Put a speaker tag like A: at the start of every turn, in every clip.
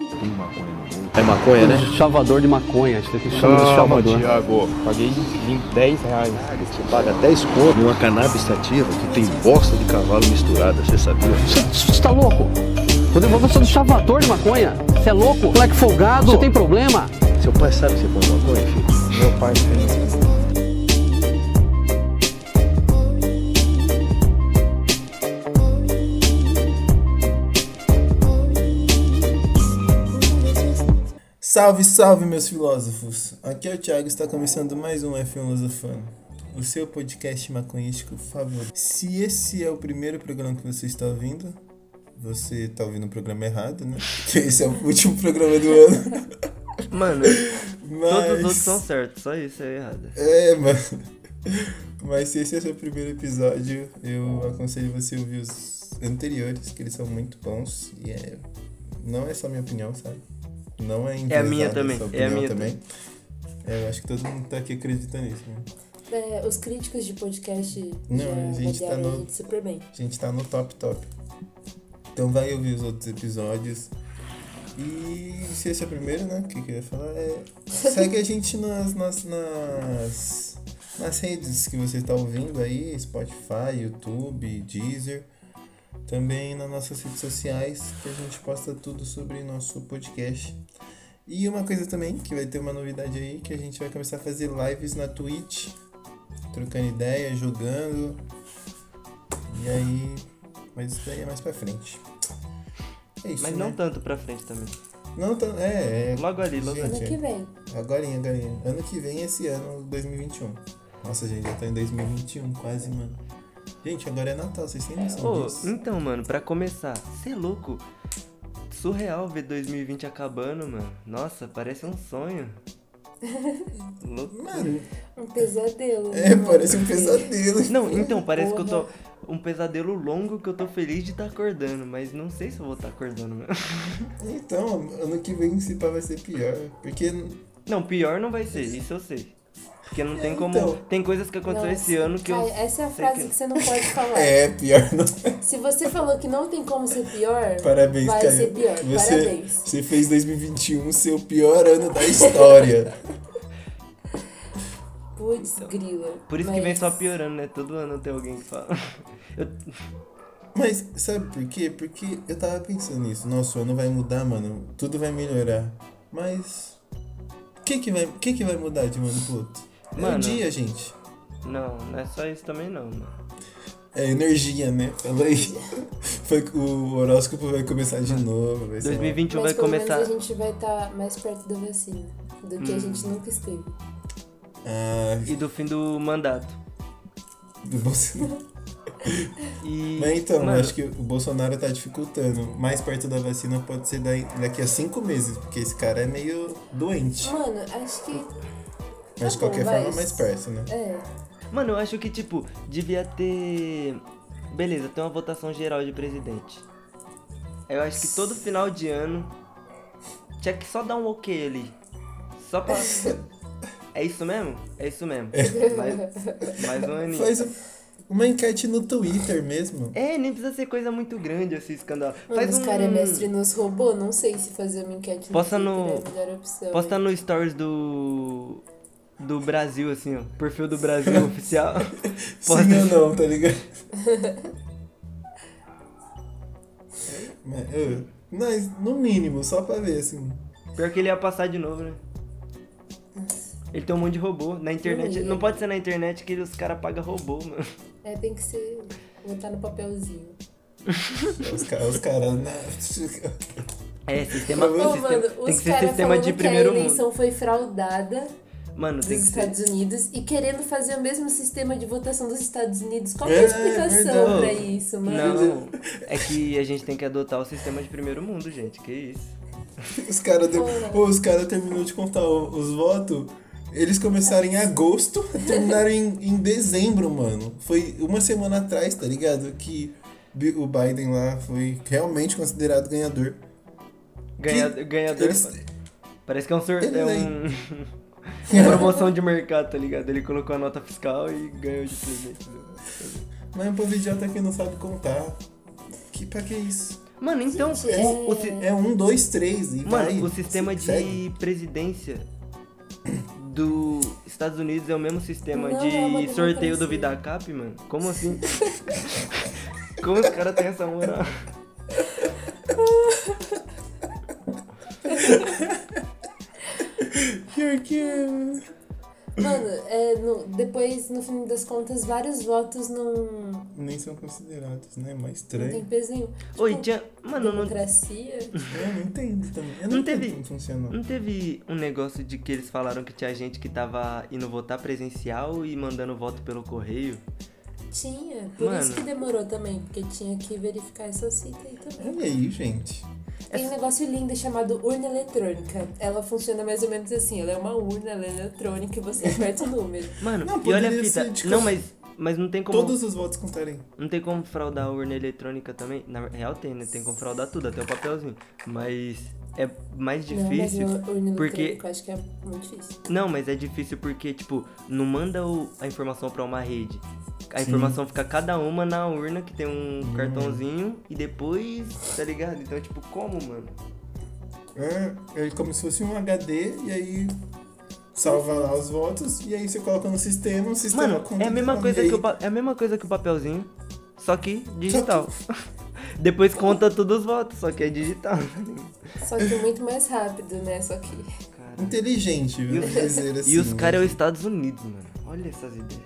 A: tem maconha no bolso.
B: É maconha, né?
C: Chavador de maconha, acho que chama de chavador.
A: Tiago.
D: Paguei 20, 10 reais.
A: Você paga 10 conto numa cannabis sativa que tem bosta de cavalo misturada, você sabia?
C: Você tá louco? Rodrigo, você é um chavador de maconha? Você é louco? Moleque folgado? Você tem problema?
A: Seu pai sabe que você põe maconha, filho?
D: Meu pai fez.
E: Salve, salve, meus filósofos! Aqui é o Thiago e está começando mais um F1 Lusofano, o seu podcast maconhístico favorito. Se esse é o primeiro programa que você está ouvindo, você está ouvindo o programa errado, né? Porque esse é o último programa do ano.
F: Mano, todos os outros são
E: Mas.
F: certos, só isso é errado.
E: É, mano. Mas se esse é o seu primeiro episódio, eu aconselho você a ouvir os anteriores, que eles são muito bons. E é. Não é só minha opinião, sabe? Não é
F: É a minha
E: enviesada
F: também,
E: essa
F: é a
E: opinião
F: minha
E: também. É, eu acho que todo mundo tá aqui acreditando nisso, né?
G: É, os críticos de podcast
E: Não,
G: já
E: a gente tá
G: avaliaram
E: no-
G: a gente super bem.
E: A gente tá no top top. Então vai ouvir os outros episódios. E se esse é o primeiro, né? O que que eu ia falar é. Segue a gente nas, nas, nas, nas redes que você tá ouvindo aí, Spotify, YouTube, Deezer. Também nas nossas redes sociais, que a gente posta tudo sobre nosso podcast. E uma coisa também, que vai ter uma novidade aí, que a gente vai começar a fazer lives na Twitch, trocando ideia, jogando. E aí. Mas isso daí é mais pra frente. É isso.
F: Mas não
E: né?
F: tanto pra frente também.
E: Não tá. É, é.
F: Logo ali, logo ali.
G: Ano
E: Gente,
G: que vem.
E: Agora, agora. Ano que vem, esse ano, 2021. Nossa, gente, já tá em 2021, quase, mano. Gente, agora é Natal, vocês têm noção
F: Ô,
E: disso?
F: então, mano, pra começar, cê é louco? Surreal ver 2020 acabando, mano. Nossa, parece um sonho. louco.
E: Mano,
G: Um pesadelo.
E: é,
G: né,
E: parece um
G: mano?
E: pesadelo.
F: Não, então, parece que eu tô. Um pesadelo longo que eu tô feliz de estar acordando, mas não sei se eu vou estar acordando mesmo.
E: Então, ano que vem, se pá, vai ser pior. Porque.
F: Não, pior não vai ser, isso eu sei. Porque não tem como.
E: Então.
F: Tem coisas que aconteceu
G: Nossa.
F: esse ano que eu.
G: Ai, essa é
F: sei
G: a frase
F: que-
G: que... você não pode falar.
E: É, pior não.
G: Se você falou que não tem como ser pior,
E: Parabéns,
G: vai
E: Caio.
G: ser pior.
E: Você,
G: Parabéns.
E: você fez 2021 ser o pior ano da história.
G: Putz, grila.
F: Então, Por isso que
G: Mas
F: vem só piorando, né? Todo ano tem alguém que fala. Eu-
E: Mas sabe por quê? Porque eu tava pensando nisso. Nossa, o ano vai mudar, mano. Tudo vai melhorar. Mas. O que, que, vai, que, que vai mudar de um ano pro outro? É o
F: Mano.
E: dia, gente.
F: Não, não é só isso também não, mano.
E: É energia, né? Fala aí. Foi, o horóscopo vai começar de novo. Vai ser uma-
F: 2021
G: Mas
F: vai
G: pelo
F: começar. Hum.
G: menos a gente vai estar mais perto da vacina do que a gente nunca esteve.
E: Ah,
F: E do fim do mandato.
E: do Bolsonaro.
F: E.
E: Mas então,
F: mano,
E: acho que o Bolsonaro tá dificultando. Mais perto da vacina pode ser daí- daqui a cinco meses, porque esse cara é meio doente.
G: Mano, acho que. tá
E: Mas de qualquer
G: bom,
E: forma,
G: vai.
E: mais perto, né?
G: É.
F: Mano, eu acho que, tipo, devia ter. Beleza, tem uma votação geral de presidente. Eu acho que todo final de ano tinha que só dar um ok ali. Só pra. É isso mesmo? É isso mesmo. Mais, mais um aninho.
E: Faz um- uma enquete no Twitter mesmo.
F: É, nem precisa ser coisa muito grande assim, escandalo.
G: Mano,
F: Faz
G: os
F: um...
G: cara é mestre nos robô, não sei se fazer uma enquete no
F: Posta
G: Twitter
F: no-
G: é a melhor opção.
F: Posta no stories do. Do Brasil, assim, ó. Perfil do Brasil oficial. Posta-
E: Sim ou não, tá ligado? Mas, eu- mas, no mínimo, só pra ver, assim.
F: Pior que ele ia passar de novo, né? Ele tem um monte de robô. Na internet.
G: Não ia.
F: Não pode ser na internet que os caras pagam robô, mano.
G: É, tem que ser. Botar no papelzinho.
E: Os caras, os caras. né?
F: É, sistema.
G: Ô,
F: sistema-
G: mano,
F: tem
G: os
F: que ser
G: caras
F: sistema
G: falando
F: de
G: que a
F: primeiro
G: eleição foi fraudada
F: mundo. Mano,
G: dos
F: tem que ser.
G: Estados Unidos e querendo fazer o mesmo sistema de votação dos Estados Unidos. Qual que
E: É,
G: é a explicação
E: verdade.
G: pra isso, mano?
F: Não, é que a gente tem que adotar o sistema de primeiro mundo, gente. Que isso.
E: Os caras deu... Pô, os cara terminou de contar o- os votos. Eles começaram em agosto, terminaram em, em dezembro, mano. Foi uma semana atrás, tá ligado? Que Bi- o Biden lá foi realmente considerado ganhador.
F: Ganha- Ganhador.
E: Eles-
F: Parece que é um sorteio. É um...
E: Ele-
F: uma promoção de mercado, tá ligado? Ele colocou a nota fiscal e ganhou de presente. né?
E: Mas é um povo idiota que não sabe contar. Que pra que isso?
F: Mano, então.
G: Gente, é-
F: o- o si-
E: É um, dois, três e vai.
F: Mano, o sistema de
E: Segue.
F: presidência dos Estados Unidos é o mesmo sistema
G: Não, é uma
F: de sorteio do
G: democracia.
F: Vidacap, mano? Como assim? Como os caras têm essa moral?
E: Tipo, Pior que é, mano.
G: Mano, é, no- depois, no fim das contas, vários votos não, não
E: Nem são considerados, né? Mais
G: tem
E: estranho.
G: peso nenhum.
F: Oi,
G: Tipo,
F: tinha. Mano, não,
G: Democracia?
E: Eu não entendo também. Eu não,
F: Não
E: entendo
F: teve-
E: como funciona.
F: não teve um negócio de que eles falaram que tinha gente que tava indo votar presencial e mandando voto pelo correio?
G: Tinha. Por isso
F: Mano.
G: que demorou também, porque tinha que verificar essa cita aí também.
E: Olha aí, gente.
G: Tem um negócio lindo chamado urna eletrônica. Ela funciona mais ou menos assim. Ela é uma urna ela é eletrônica e você aperta o número.
F: Mano,
E: Não,
F: e olha a
E: poderia
F: fita.
E: ser, tipo,
F: não, mas, mas não tem como.
E: Todos os votos contarem.
F: Não tem como fraudar a urna eletrônica também? Na real tem, né? Tem como fraudar tudo, até o papelzinho. Mas é mais difícil.
G: não, mas a urna
F: porque-
G: eletrônica eu acho que é muito difícil.
F: Não, mas é difícil porque, tipo, não manda o- a informação pra uma rede. A informação fica cada uma na urna que tem um cartãozinho e depois, tá ligado? Então, tipo, como, mano?
E: É, é como se fosse um HD e aí salva lá os votos e aí você coloca no sistema, o sistema
F: Mano,
E: conta
F: é a mesma
E: pra
F: coisa
E: mim,
F: que
E: e
F: o
E: aí-
F: pa- é a mesma coisa que o papelzinho, só que digital. depois conta todos os votos, só que é digital.
G: Só que é muito mais rápido, né? Só que.
F: Cara.
E: Inteligente,
F: E
E: viu?
F: os-
E: dizer assim,
F: E os
E: né?
F: caras é os Estados Unidos, mano. Olha essas ideias.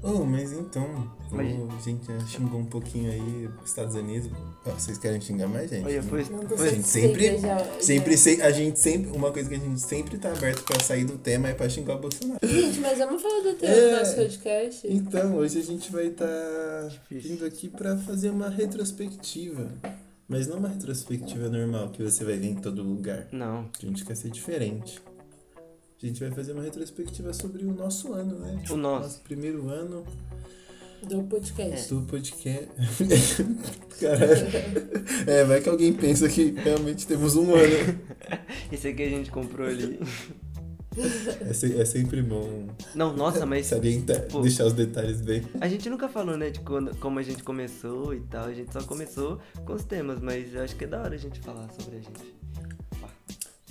E: Oh, mas então,
F: Mas-
E: oh, a gente já xingou um pouquinho aí os Estados Unidos. Ah, Vocês querem xingar mais, gente?
F: Olha, foi.
G: Não
E: A
G: gostei.
E: gente sempre,
G: Já- já-
E: sempre, se- a gente sempre, uma coisa que a gente sempre tá aberto pra sair do tema é pra xingar o Bolsonaro.
G: Gente, mas vamos falar do tema
E: É.
G: do nosso podcast?
E: Então, hoje a gente vai estar tá
F: Difícil.
E: vindo aqui pra fazer uma retrospectiva. Mas não uma retrospectiva normal que você vai ver em todo lugar.
F: Não.
E: A gente quer ser diferente. A gente vai fazer uma retrospectiva sobre o nosso ano, né?
F: O nosso.
E: primeiro ano
G: Do
F: É.
G: podcast.
E: do podcast. Caralho. É, vai que alguém pensa que realmente temos um ano.
F: Esse aqui a gente comprou ali.
E: É, se- é sempre bom
F: Não, nossa, mas
E: salientar,
F: Pô.
E: deixar os detalhes bem.
F: a gente nunca falou, né, de quando, como a gente começou e tal. A gente só começou com os temas, mas eu acho que é da hora a gente falar sobre a gente. É.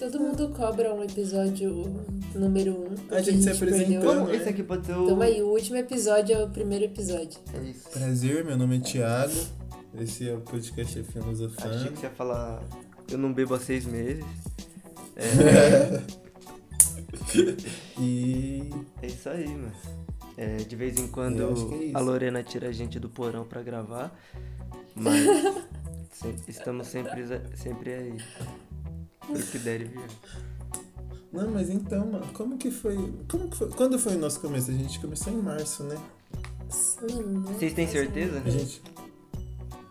G: Todo mundo cobra um episódio número um. porque
E: A gente se apresentou. né?
G: perdeu.
F: Vamos, esse aqui pode ser o.
G: Então aí, o último episódio é o primeiro episódio.
F: É isso.
E: Prazer, meu nome é Thiago. Esse é o podcast
F: Achei
E: Filosofando.
F: que você ia falar. Eu não bebo há seis meses.
E: E
F: É isso aí, mano. É, de vez em
E: Eu
F: quando
E: acho que é isso.
F: a Lorena tira a gente do porão pra gravar. Mas se- estamos sempre, sempre aí. Pro que der e vier.
E: Não, mas então, mano, como que foi. Como que foi? Quando foi o nosso começo? A gente começou em março, né?
G: Mano, não
F: Vocês têm
G: faço
F: certeza?
E: A gente.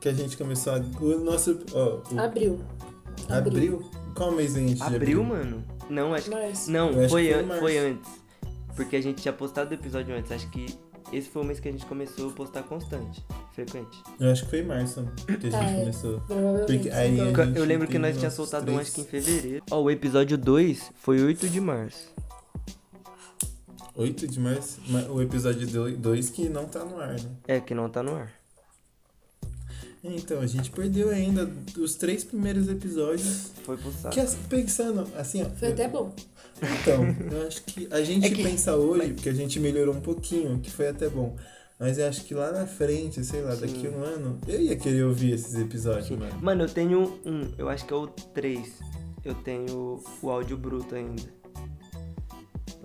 E: Que a gente começou a. O nosso. Ó, o
G: ideia. Abril.
E: abril. Qual mês a gente? de
F: Abril, mano? Não, acho que.
G: Março.
F: Não,
E: Eu acho
F: foi,
E: que foi
F: an-
E: março.
F: foi antes. Porque a gente tinha postado o episódio antes. Acho que esse foi o mês que a gente começou a postar constante, frequente.
E: Eu acho que foi em março que a
G: Tá,
E: gente
G: é.
E: começou.
G: Provavelmente.
E: Porque aí-
G: então.
E: A gente
F: Eu lembro que
E: tem
F: nós tinha
E: nossos
F: soltado um,
E: três.
F: acho que em fevereiro. Ó, o episódio 2 foi 8 de março.
E: 8 de março, ma- o episódio 2 que não tá no ar, né?
F: É, que não tá no ar.
E: Então, a gente perdeu ainda os três primeiros episódios.
F: Foi pro saco.
E: Que as- pensando, assim, ó.
G: Foi até bom.
E: Então, eu acho que a gente
F: É que-
E: pensa hoje, porque a gente melhorou um pouquinho, que foi até bom. Mas eu acho que lá na frente, sei lá, daqui um ano, eu ia querer ouvir esses episódios,
F: Sim.
E: mano.
F: Mano, eu tenho um, eu acho que é o 3. Eu tenho o áudio bruto ainda.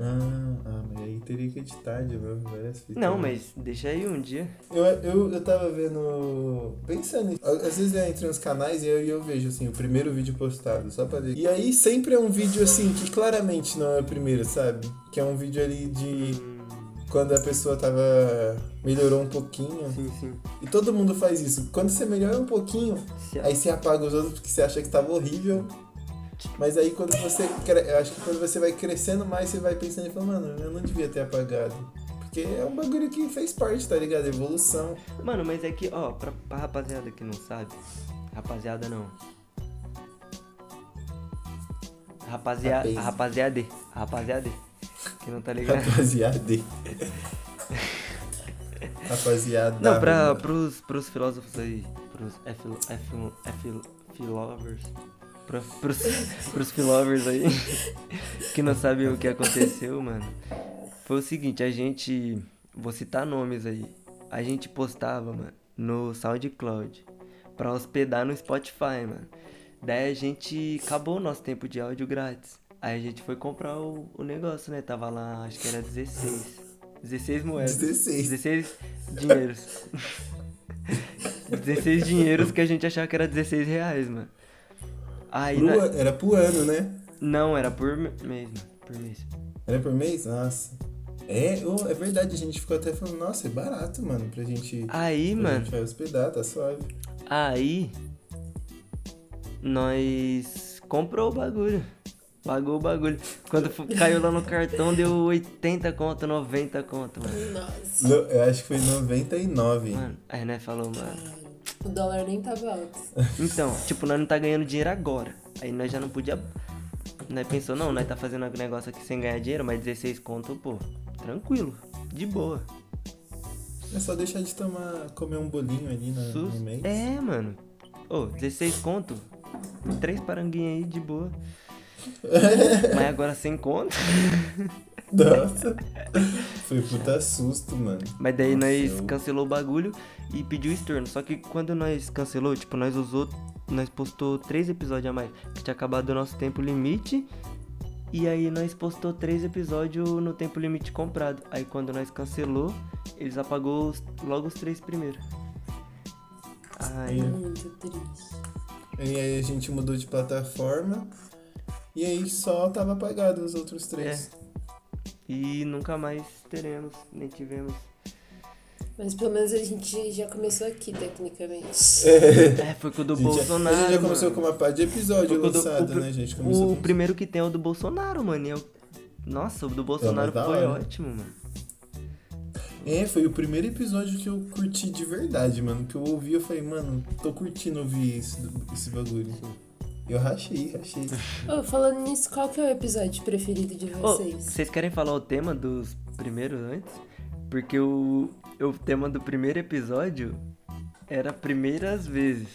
E: Ah, ah, mas aí teria que editar de novo várias fitas.
F: Não,
E: né?
F: mas deixa aí um dia.
E: Eu, eu, eu tava vendo. Pensando nisso. Às vezes eu entro nos canais e eu, e eu vejo, assim, o primeiro vídeo postado, só pra ver. E aí sempre é um vídeo, assim, que claramente não é o primeiro, sabe? Que é um vídeo ali de. Quando a pessoa tava. melhorou um pouquinho.
F: Sim, sim.
E: E todo mundo faz isso. Quando você melhora um pouquinho,
F: Se a-
E: aí você apaga os outros porque você acha que tava horrível. Mas aí quando você. cre- Eu acho que quando você vai crescendo mais, você vai pensando e fala, mano, eu não devia ter apagado. Porque é um bagulho que fez parte, tá ligado? Evolução.
F: Mano, mas é que, ó, pra, pra rapaziada que não sabe. Rapaziada não. Rapaziada.
E: Rapaz.
F: Rapaziada. Rapaziada. Que não tá ligado.
E: Rapaziada. Rapaziada.
F: Não, pra, pros, pros filósofos aí. pros F, F, F, Filovers. Pro, pros, pros Filovers aí. que não sabem o que aconteceu, mano. Foi o seguinte, a gente. Vou citar nomes aí. A gente postava, mano, no SoundCloud. Pra hospedar no Spotify, mano. Daí a gente. Acabou o nosso tempo de áudio grátis. Aí a gente foi comprar o, o negócio, né? Tava lá, acho que era 16. 16 moedas.
E: 16.
F: 16 dinheiros. 16 dinheiros que a gente achava que era 16 reais, mano. Aí
E: Pro
F: na-
E: an- Era pro ano, né?
F: Não, era por me- mês, mano. Por mês.
E: Era por mês? Nossa. É, ô, é verdade, a gente ficou até falando, nossa, é barato, mano, pra gente.
F: Aí,
E: pra
F: Ah, mano.
E: gente vai hospedar, tá suave.
F: Aí nós comprou o bagulho. Pagou o bagulho. Quando fu- caiu lá no cartão, deu 80 conto, 90 conto, mano.
G: Nossa,
E: No- Eu acho que foi 99.
F: Mano, aí nós falou, mano.
G: o dólar nem tava alto.
F: Então, tipo, nós não tá ganhando dinheiro agora. Aí nós já não podia. Nós pensou, não, nós tá fazendo um negócio aqui sem ganhar dinheiro, mas 16 conto, pô, tranquilo, de boa.
E: É só deixar de tomar, comer um bolinho ali na,
F: Sus-
E: no mês.
F: É, mano. Ô, 16 conto? Três paranguinhas aí de boa. Mas agora sem conto.
E: Nossa. Foi um puta susto, mano.
F: Mas daí
E: Nossa,
F: nós
E: eu-
F: cancelou o bagulho e pediu externo. Só que quando nós cancelou, tipo, nós usou. Nós postou três episódios a mais. Que tinha acabado o nosso tempo limite. E aí nós postou três episódios no tempo limite comprado. Aí quando nós cancelou, eles apagou os- logo os três primeiros. Aí.
G: Muito triste.
E: E aí a gente mudou de plataforma. E aí só tava apagado os outros
F: É.
E: três.
F: E nunca mais teremos, nem tivemos.
G: Mas pelo menos a gente já começou aqui, tecnicamente.
F: É, foi com o do
E: A gente, já-
F: Bolsonaro.
E: a gente já começou
F: mano.
E: com uma parte de
F: Foi
E: episódio
F: com o do-
E: lançado,
F: o pr-
E: né? A gente começou
F: O
E: com-
F: primeiro que tem é o do Bolsonaro, mano. e é o- Nossa, o do Bolsonaro
E: da
F: foi
E: hora. né?
F: ótimo, mano.
E: É, foi o primeiro episódio que eu curti de verdade, mano. Que eu ouvi, eu falei, mano, tô curtindo ouvir esse, esse bagulho. Eu rachei, rachei.
G: Ô, falando nisso, qual que é o episódio preferido de
F: Ô,
G: vocês?
F: vocês querem falar o tema dos primeiros antes? Porque o, o tema do primeiro episódio era primeiras vezes.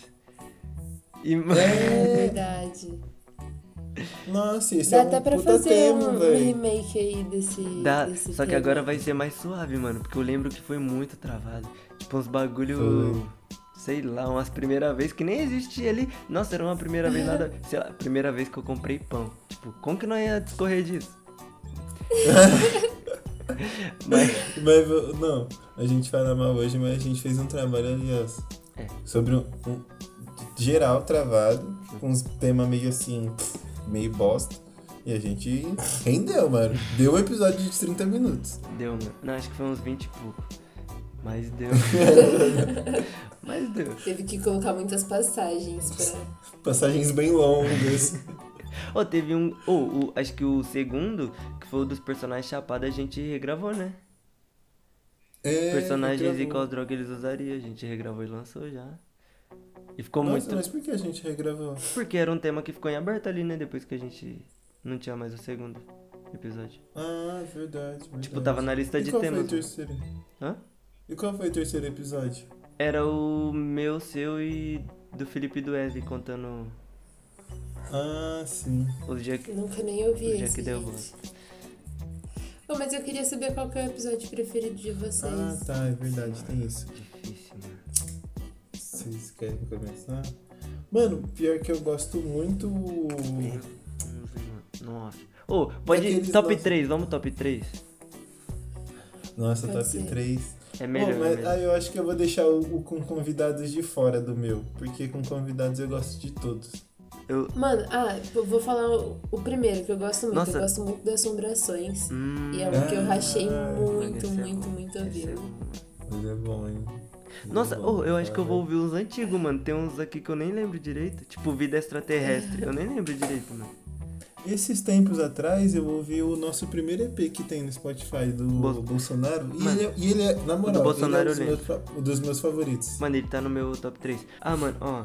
F: E, mano,
G: É verdade.
E: Nossa, esse
G: Dá
E: é um
G: até pra
E: puta
G: fazer
E: tema,
G: um
E: velho.
G: remake aí desse.
F: dá-
G: desse
F: só que
G: tema.
F: agora vai ser mais suave, mano. Porque eu lembro que foi muito travado. Tipo, uns bagulho. Sei lá, umas primeira vez que nem existia ali. Nossa, era uma primeira vez nada. Sei lá, primeira vez que eu comprei pão. Tipo, como que não ia discorrer disso? Mas.
E: Mas vo- não, a gente fala mal hoje, mas a gente fez um trabalho ali, ó.
F: É.
E: Sobre um, um geral travado, com uns tema meio assim, pff, meio bosta. E a gente rendeu, mano. Deu um episódio de 30 minutos.
F: Deu, mano. Não, acho que foi uns 20 e pouco. Mas deu. Mas deu.
G: Teve que colocar muitas passagens pra.
E: Passagens bem longas.
F: Ô, teve um. Ô, o- acho que o segundo, que foi o dos personagens chapados, a gente regravou, né?
E: É,
F: Personagens e
E: regravou.
F: qual droga eles usariam. A gente regravou e lançou já. E ficou
E: Nossa,
F: muito.
E: mas por que a gente regravou?
F: Porque era um tema que ficou em aberto ali, né? Depois que a gente não tinha mais o segundo episódio.
E: Ah, verdade, verdade.
F: Tipo, tava na lista
E: e
F: de
E: qual
F: temas.
E: Foi o terceiro?
F: Hã?
E: E qual foi o terceiro episódio?
F: Era o meu, seu e do Felipe e do Wesley contando
E: Ah, sim.
F: os dias que.
G: Nunca nem ouvi
F: Onde é
G: esse.
F: que deu,
G: gente. Ô, mas eu queria saber qual que é o episódio preferido de vocês.
E: Ah, tá, é verdade, tem isso.
F: Difícil, mano.
E: Vocês querem começar? Mano, pior que eu gosto muito.
F: Não sei, mano. Nossa. Ô, pode ir
E: Daqueles
F: top
E: lances-
F: 3, vamos top 3.
E: Nossa,
G: Pode
E: top
G: ser.
E: 3.
F: É melhor.
E: Pô,
F: é
E: mas
F: melhor.
E: aí eu acho que eu vou deixar o, o com convidados de fora do meu. Porque com convidados eu gosto de todos.
F: Eu...
G: Mano, ah, eu vou falar o, o primeiro que eu gosto muito.
F: Nossa.
G: Eu gosto muito das assombrações.
F: Hum,
G: E é um que eu rachei
E: Ah,
F: esse
G: muito,
F: é
G: muito,
F: bom,
G: muito
F: esse é
G: ouvindo.
F: bom.
E: Mas é bom, hein? É
F: Nossa, ô, eu acho que eu vou ouvir uns antigos, mano. Tem uns aqui que eu nem lembro direito. Tipo, vida extraterrestre. Eu nem lembro direito, mano.
E: Esses tempos atrás eu ouvi o nosso primeiro EP que tem no Spotify do
F: Bol-
E: Bolsonaro. E
F: Mano,
E: ele, é- e ele é, na moral,
F: Bolsonaro
E: ele é
F: eu
E: um dos, meus, fa- um dos meus favoritos.
F: Mano, ele tá no meu top 3. Ah, mano, ó.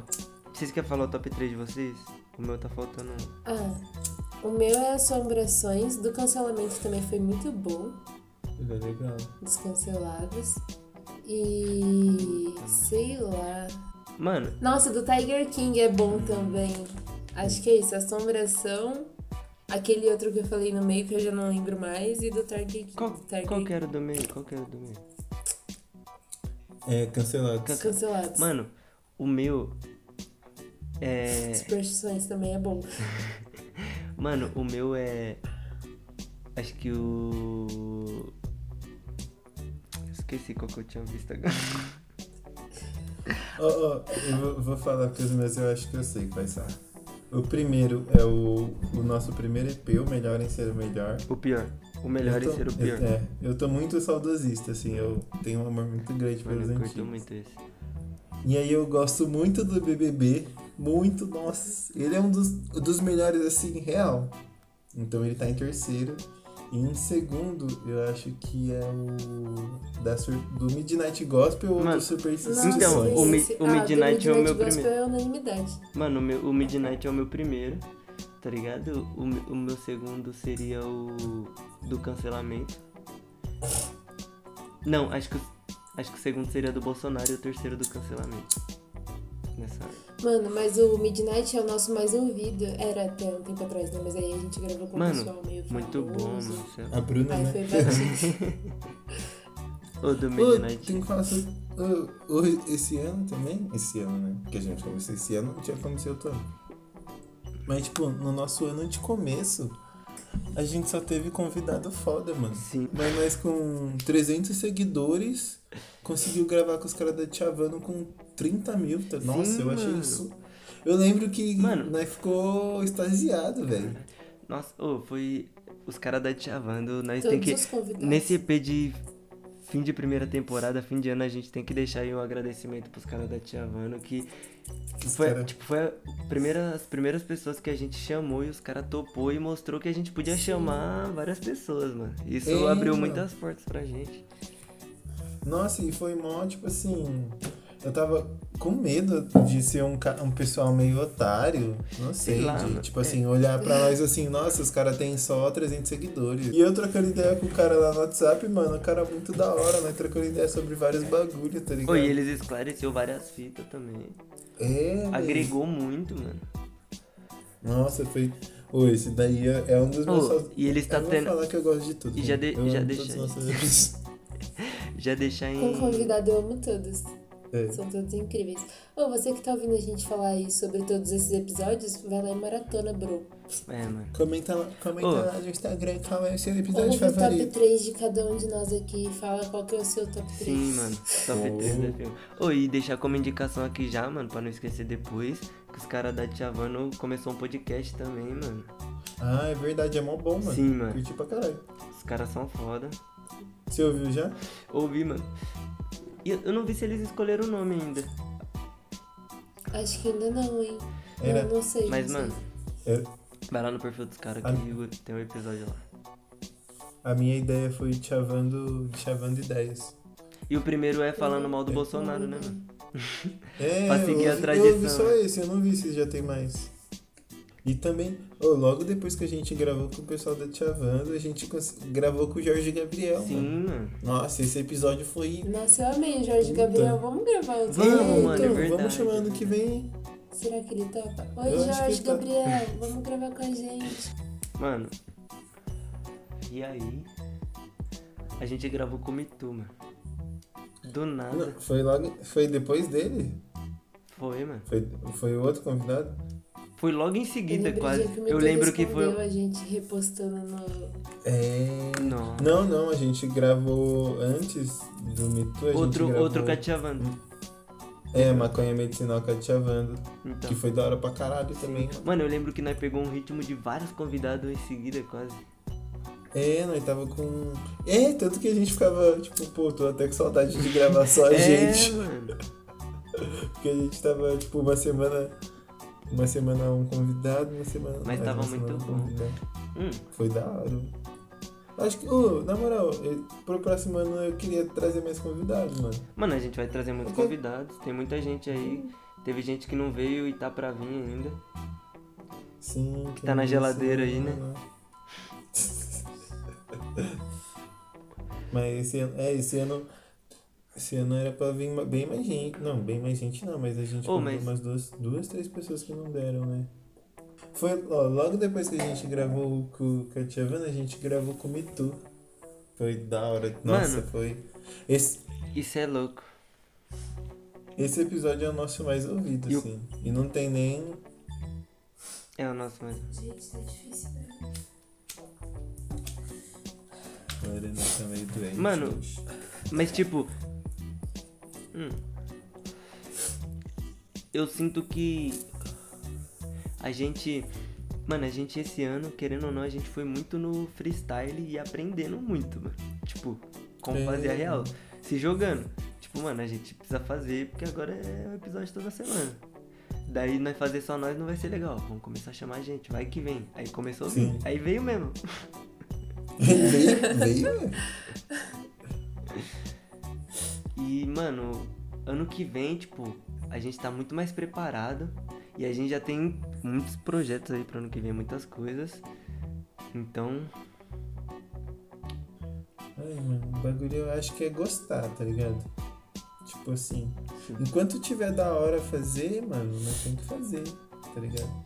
F: Vocês querem falar o top 3 de vocês? O meu tá faltando um.
G: Ah, o meu é assombrações. Do cancelamento também foi muito bom.
E: Ele é legal.
G: Descancelados. E sei lá.
F: Mano,
G: Nossa, do Tiger King é bom também. Acho que é isso, Assombração, aquele outro que eu falei no meio que eu já não lembro mais, e do Tiger King.
F: qual,
E: Tá
G: Tiger
F: qual que
G: King
F: era o do meio? Qual que era o do meio?
E: É, cancelado.
G: cancelados.
F: Mano, o meu. É.
G: Superstições também é bom.
F: Mano, o meu é. Acho que o. Esqueci qual que eu tinha visto agora.
E: Ó, ó, eu vou- vou falar com os meus, eu acho que eu sei quais são. O primeiro é o, o nosso primeiro EP, o melhor em ser o melhor.
F: O pior. O melhor
E: Eu
F: é
E: tô-
F: ser o pior.
E: Eu, é, eu tô muito saudosista, assim, eu tenho um amor muito grande
F: Mano,
E: pelos
F: eu curto
E: antigos.
F: muito esse.
E: E aí eu gosto muito do BBB, muito, nossa, ele é um dos, dos melhores, assim, real. Então ele tá em terceiro. E em segundo, eu acho que é o da, sur- do Midnight Gospel ou
F: Mano,
E: do Superstition.
G: Nossa,
F: Então, o Mi-
G: esse-
F: o
G: ah, do
F: Midnight é o meu
G: Gospel
F: primeiro.
G: é unanimidade.
F: Mano, o, meu, o Midnight é o meu primeiro, tá ligado? O, me- o meu segundo seria o. do cancelamento. Não, acho que, o- acho que o segundo seria do Bolsonaro e o terceiro do cancelamento. Nessa
G: Mano, mas o Midnight é o nosso mais ouvido. Era até um tempo atrás, né? Mas aí a gente gravou com
F: Mano,
G: o pessoal meio
F: Muito bom,
G: famoso.
F: mano. cê é
E: A Bruna,
G: Aí
E: né?
G: foi batido.
F: O do
E: Ô,
F: Midnight.
E: tem que falar sobre- ô, ô, esse ano também? Esse ano, né? Porque a gente começou esse ano, já comecei outro ano. Mas, tipo, no nosso ano de começo, a gente só teve convidado foda, mano.
F: Sim.
E: Mas nós com 300 seguidores, conseguiu gravar com os caras da Chavano com 30 mil. tá? Nossa, eu achei
F: mano.
E: isso... Eu lembro que
F: Mano.
E: nós ficou extasiado, velho.
F: Nossa, ô, foi. Os caras da Tchavando, nós tem
G: Todos
F: que.
G: os convidados.
F: Nesse EP de fim de primeira temporada, fim de ano, a gente tem que deixar aí um agradecimento pros caras da Tchavando que.
E: Os
F: Foi,
E: cara-
F: tipo, foi a primeira, as primeiras pessoas que a gente chamou e os caras topou e mostrou que a gente podia chamar várias pessoas, mano. Isso
E: É,
F: abriu
E: mano.
F: muitas portas pra gente.
E: Nossa, e foi mó, tipo assim. Eu tava com medo de ser um, ca- um pessoal meio otário. Não sei.
F: lá,
E: de,
F: mano. é.
E: tipo assim, olhar pra nós assim, nossa, os caras têm só 300 seguidores. E eu trocando ideia com o cara lá no WhatsApp, mano, o cara muito da hora, né? Trocando ideia sobre vários bagulhos, tá ligado?
F: Oi, eles esclareceu várias fitas também.
E: É, velho.
F: Agregou muito, mano.
E: Nossa, foi. Ô, esse daí é é um dos meus.
F: Ô,
E: favoritos.
F: e eles tá
E: eu
F: tendo-
E: vou falar que eu gosto de tudo.
F: E já
E: né?
F: de-
E: Eu
F: já
E: amo
F: deixa-
E: todos os nossos episódios.
F: Já deixar em.
G: Com convidado eu amo todos.
E: É.
G: São todos incríveis. Ô, você que tá ouvindo a gente falar aí sobre todos esses episódios, vai lá em maratona, bro.
F: É, mano.
E: Comenta lá, comenta
F: Ô.
E: lá no Instagram qual é o seu episódio
G: Ouve o top
E: favorito.
G: 3 de cada um de nós aqui e fala qual que é o seu top 3.
F: Sim, mano. Top 3 da filme. Ô, e deixar como indicação aqui já, mano, pra não esquecer depois, que os caras da Tchavano começou um podcast também, mano.
E: Ah, é verdade, é mó bom, mano.
F: Sim, mano.
E: Curti pra caralho.
F: Os caras são foda.
E: Você ouviu já?
F: Ouvi, mano. E eu eu não vi se eles escolheram o nome ainda.
G: Acho que ainda não, hein?
E: Era-
G: Não, não sei.
F: Mas,
G: não sei.
F: mano,
E: É,
F: vai lá no perfil dos caras
E: Ah.
F: que tem um episódio lá.
E: a minha ideia foi chavando, chavando ideias.
F: E o primeiro é falando mal do Bolsonaro, né, mano?
E: É,
F: Pra seguir
E: eu,
F: a
E: ouvi- Eu
F: tradição,
E: ouvi só
F: né?
E: esse, eu não vi se já tem mais. E também, ô, logo depois que a gente gravou com o pessoal da Chavando, a gente cons- gravou com o Jorge Gabriel. mano.
F: Sim, mano.
E: Nossa, esse episódio foi.
G: Nossa, eu amei, Jorge
E: Puta.
G: Gabriel. Vamos gravar outro.
F: Vamos,
G: Ei,
F: mano, é
G: então,
F: verdade.
E: Vamos chamar ano que vem.
G: Será que ele topa?
E: Eu
G: Oi,
E: acho que
G: Jorge
E: ele topa.
G: Gabriel. Vamos gravar com a gente.
F: Mano. E aí? A gente gravou com o Mitu, mano. Do nada.
E: Não, foi logo. Foi depois dele?
F: Foi, mano.
E: Foi, foi o outro convidado?
F: Foi logo em
G: Eu
F: seguida,
G: lembro o
F: quase.
G: dia que o
F: Eu
G: Mitu
F: lembro que
G: respondeu
F: foi.
G: a gente repostando no...
E: É.
F: Não.
E: Não, não, a gente gravou antes do Me Too, a
F: Outro,
E: gente gravou...
F: outro Catiavando.
E: É, Maconha Medicinal Catiavando,
F: Então.
E: que foi da hora pra caralho também.
F: Mano, eu lembro que nós pegou um ritmo de vários convidados em seguida, quase.
E: É, nós tava com... É, tanto que a gente ficava, tipo, pô, tô até com saudade de gravar só a
F: é,
E: gente.
F: mano.
E: Porque a gente tava, tipo, uma semana... Uma semana um convidado, uma semana...
F: Mas
E: mais
F: tava
E: uma
F: muito
E: semana um
F: bom.
E: convidado.
F: Hum,
E: Foi da hora. Acho que, ô, na moral, eu- pro próximo ano eu queria trazer mais convidados, mano.
F: Mano, a gente vai trazer muitos
E: Ok.
F: convidados. Tem muita gente aí. Teve gente que não veio e tá pra vir ainda.
E: Sim. Que
F: tá na geladeira aí, né?
E: Mas esse ano, é, esse ano Esse ano era pra vir ma- bem mais gente. Não, bem mais gente não, mas a gente
F: Ô,
E: comprou
F: mas-
E: umas duas, duas, três pessoas que não deram, né? Foi, ó, logo depois que a gente gravou com, com a Tia Vana, a gente gravou com o Mitu. Foi da hora. Nossa,
F: Mano.
E: foi. Esse,
F: Isso é louco.
E: esse episódio é o nosso mais ouvido,
F: E o-
E: assim. E não tem nem.
F: É o nosso mesmo.
G: Gente, tá difícil, né?
E: A Lorena tá meio doente.
F: Mano.
E: hoje.
F: Mas tipo. hum, eu sinto que. A gente. Mano, a gente esse ano, querendo ou não, a gente foi muito no freestyle e aprendendo muito, mano. Tipo, como
E: É.
F: fazer a real. Se jogando. Tipo, mano, a gente precisa fazer porque agora é um episódio toda semana. Daí nós fazer só nós não vai ser legal. Vamos começar a chamar a gente, vai que vem. Aí começou a vir.
E: Sim.
F: Aí veio mesmo.
E: veio, veio.
F: E, mano, ano que vem, tipo, a gente tá muito mais preparado. E a gente já tem muitos projetos aí pra ano que vem, muitas coisas. Então,
E: Ai, mano, o bagulho eu acho que é gostar, tá ligado? Tipo assim, enquanto tiver da hora fazer, mano, nós tem que fazer, tá ligado?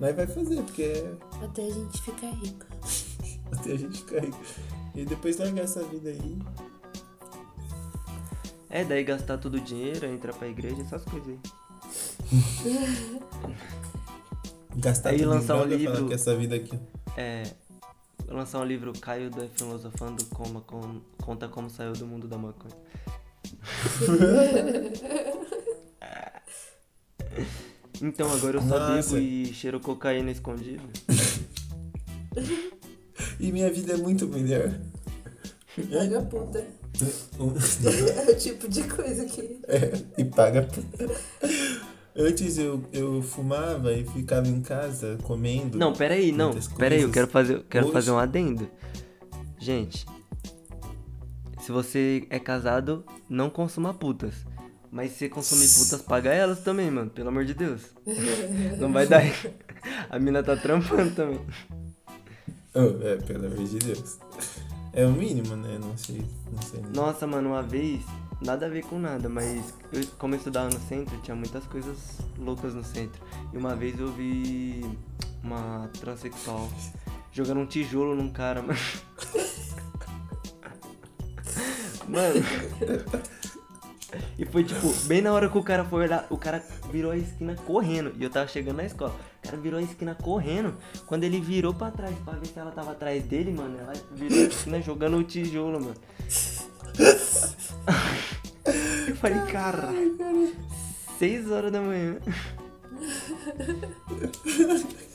E: Nós vai fazer, porque
G: Até a gente ficar rico.
E: até a gente cair. E depois largar essa vida aí.
F: é daí gastar todo o dinheiro, entrar pra igreja, essas coisas aí.
E: Gastar
F: Aí
E: tudo em
F: lançar um
E: droga, falar
F: livro.
E: que essa vida aqui.
F: É. Lançar um livro Caio do Filosofando Coma com, Conta Como Saiu do Mundo da Maconha. então agora eu só
E: Nossa.
F: bebo e cheiro cocaína escondida.
E: E minha vida é muito melhor.
G: Paga puta. É o tipo de coisa que.
E: É, e paga. por- Antes eu, eu fumava e ficava em casa comendo.
F: Não, peraí, não.
E: muitas
F: Peraí, eu
E: coisas.
F: quero fazer, eu quero
E: Hoje-
F: fazer um adendo. Gente, se você é casado, não consuma putas. Mas se você consumir putas, paga elas também, mano. Pelo amor de Deus. Não vai dar. A mina tá trampando também.
E: Oh, é, pelo amor de Deus. É o mínimo, né? Não sei. Não sei. né?
F: Nossa, mano, uma vez, nada a ver com nada, mas eu, como eu estudava no centro, tinha muitas coisas loucas no centro. E uma vez eu vi uma transexual jogando um tijolo num cara, mano. Mano. E foi tipo, bem na hora que o cara foi olhar, o cara virou a esquina correndo. E eu tava chegando na escola. O cara virou a esquina correndo. Quando ele virou pra trás pra ver se ela tava atrás dele, mano, ela virou a esquina jogando o tijolo, mano. Eu falei, cara, seis horas da manhã.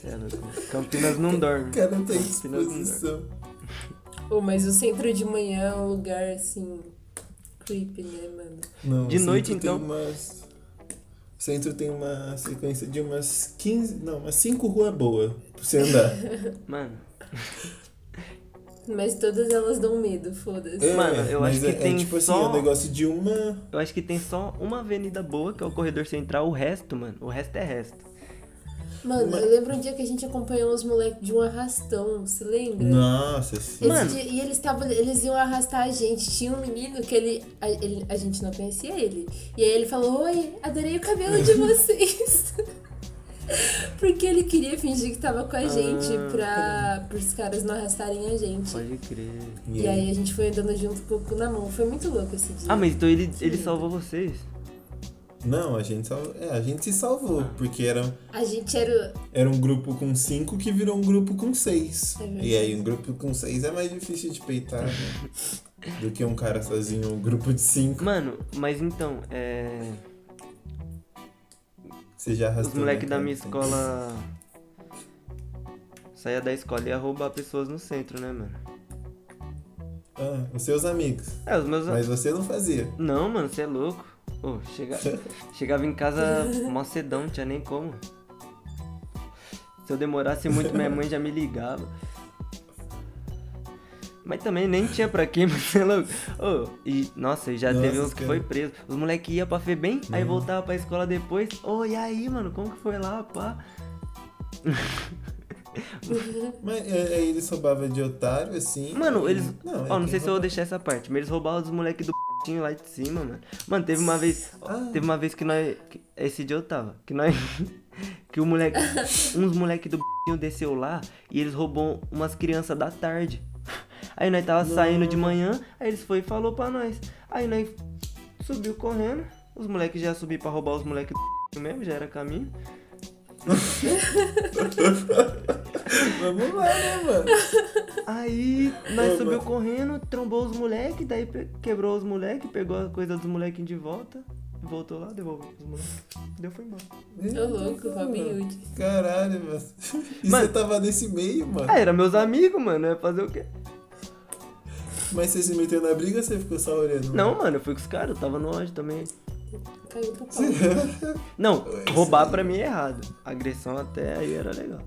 F: Sério, é né? Campinas não dorme.
E: O cara tem
F: Campinas não dorme.
E: disposição.
G: Pô, mas o centro de manhã é um lugar assim. creepy, né, mano?
E: Não,
F: De
E: o centro
F: noite,
E: tem
F: então?
E: umas- O centro tem uma sequência de umas 15. Não, umas 5 ruas boas pra você andar.
F: Mano,
G: Mas todas elas dão medo, foda-se.
F: Mano,
E: É,
F: eu
E: mas
F: acho que
E: é,
F: tem
E: É tipo assim,
F: só-
E: é um negócio de uma.
F: eu acho que tem só uma avenida boa, que é o corredor central, o resto, mano, o resto é resto.
G: Mano,
E: Mas-
G: eu lembro um dia que a gente acompanhou uns moleques de um arrastão, se lembra?
E: Nossa,
G: Esse
E: sim.
F: Mano.
G: dia- e eles estavam, eles iam arrastar a gente. Tinha um menino que ele a, ele- a gente não conhecia ele. E aí ele falou: "Oi, adorei o cabelo de vocês". Porque ele queria fingir que tava com a gente pra para os caras não arrastarem a gente.
F: Pode crer.
G: E aí a gente foi andando junto com o cu na mão. Foi muito louco esse dia.
F: Ah, mas então ele, ele salvou vocês?
E: Não, a gente, sal... é, a gente se salvou, porque era,
G: A gente era o-
E: era um grupo com 5 que virou um grupo com 6.
G: É verdade.
E: e aí, um grupo com 6 é mais difícil de peitar né? do que um cara sozinho, um grupo de 5.
F: Mano, mas então, é.
E: Você já
F: Os
E: arrastou.
F: moleques
E: né,
F: da
E: cara?
F: minha
E: Tem-
F: escola. Saia da escola e ia roubar pessoas no centro, né, mano?
E: Ah, os seus amigos.
F: É, os meus.
E: Mas você não fazia.
F: Não, mano, você é louco. Ô, chega... chegava em casa mó cedão, não tinha nem como. Se eu demorasse muito, minha mãe já me ligava. Mas também nem tinha pra quê, mas você é louco. Ô, e, nossa, e já
E: Nossa,
F: teve uns que
E: cara. Uhum.
F: foi preso. Os moleque ia pra Febem, aí voltava pra escola depois. Ô, e aí, mano, como que foi lá, pá?
E: Mas é, é, eles roubavam de otário, assim.
F: Mano,
E: e-
F: eles.
E: Não, é
F: Ó,
E: quem
F: não sei se eu
E: roubava.
F: vou deixar essa parte, mas eles roubavam os moleques do. tinha lá de cima, mano. Mano, teve
E: Ah.
F: uma vez. Teve uma vez que nós. que- esse dia eu tava. Que nós. Que o moleque. uns moleque do desceu lá e eles roubou umas crianças da tarde. Aí nós tava saindo de manhã, aí eles foi e falou pra nós. Aí nós subiu correndo. Os moleques já subiram pra roubar os moleques do mesmo, já era caminho.
E: Vamos lá, né, mano?
F: Aí nós subiu correndo, trombou os moleques, daí pe- quebrou os moleques, pegou a coisa dos molequinhos de volta, voltou lá, devolveu os moleques. Deu foi embora.
G: Tô louco, Robin Hood.
E: Caralho, mano. E
F: Mano-
E: você tava nesse meio, mano?
F: Ah, era meus amigos, mano. Ia fazer o quê?
E: Mas você se meteu na briga ou você ficou só olhando?
F: Não, mano, eu fui com os caras, eu tava no ódio também.
G: Caiu pro pau.
F: Não,
E: Esse
F: roubar
E: aí.
F: pra mim é errado. Agressão até aí era legal.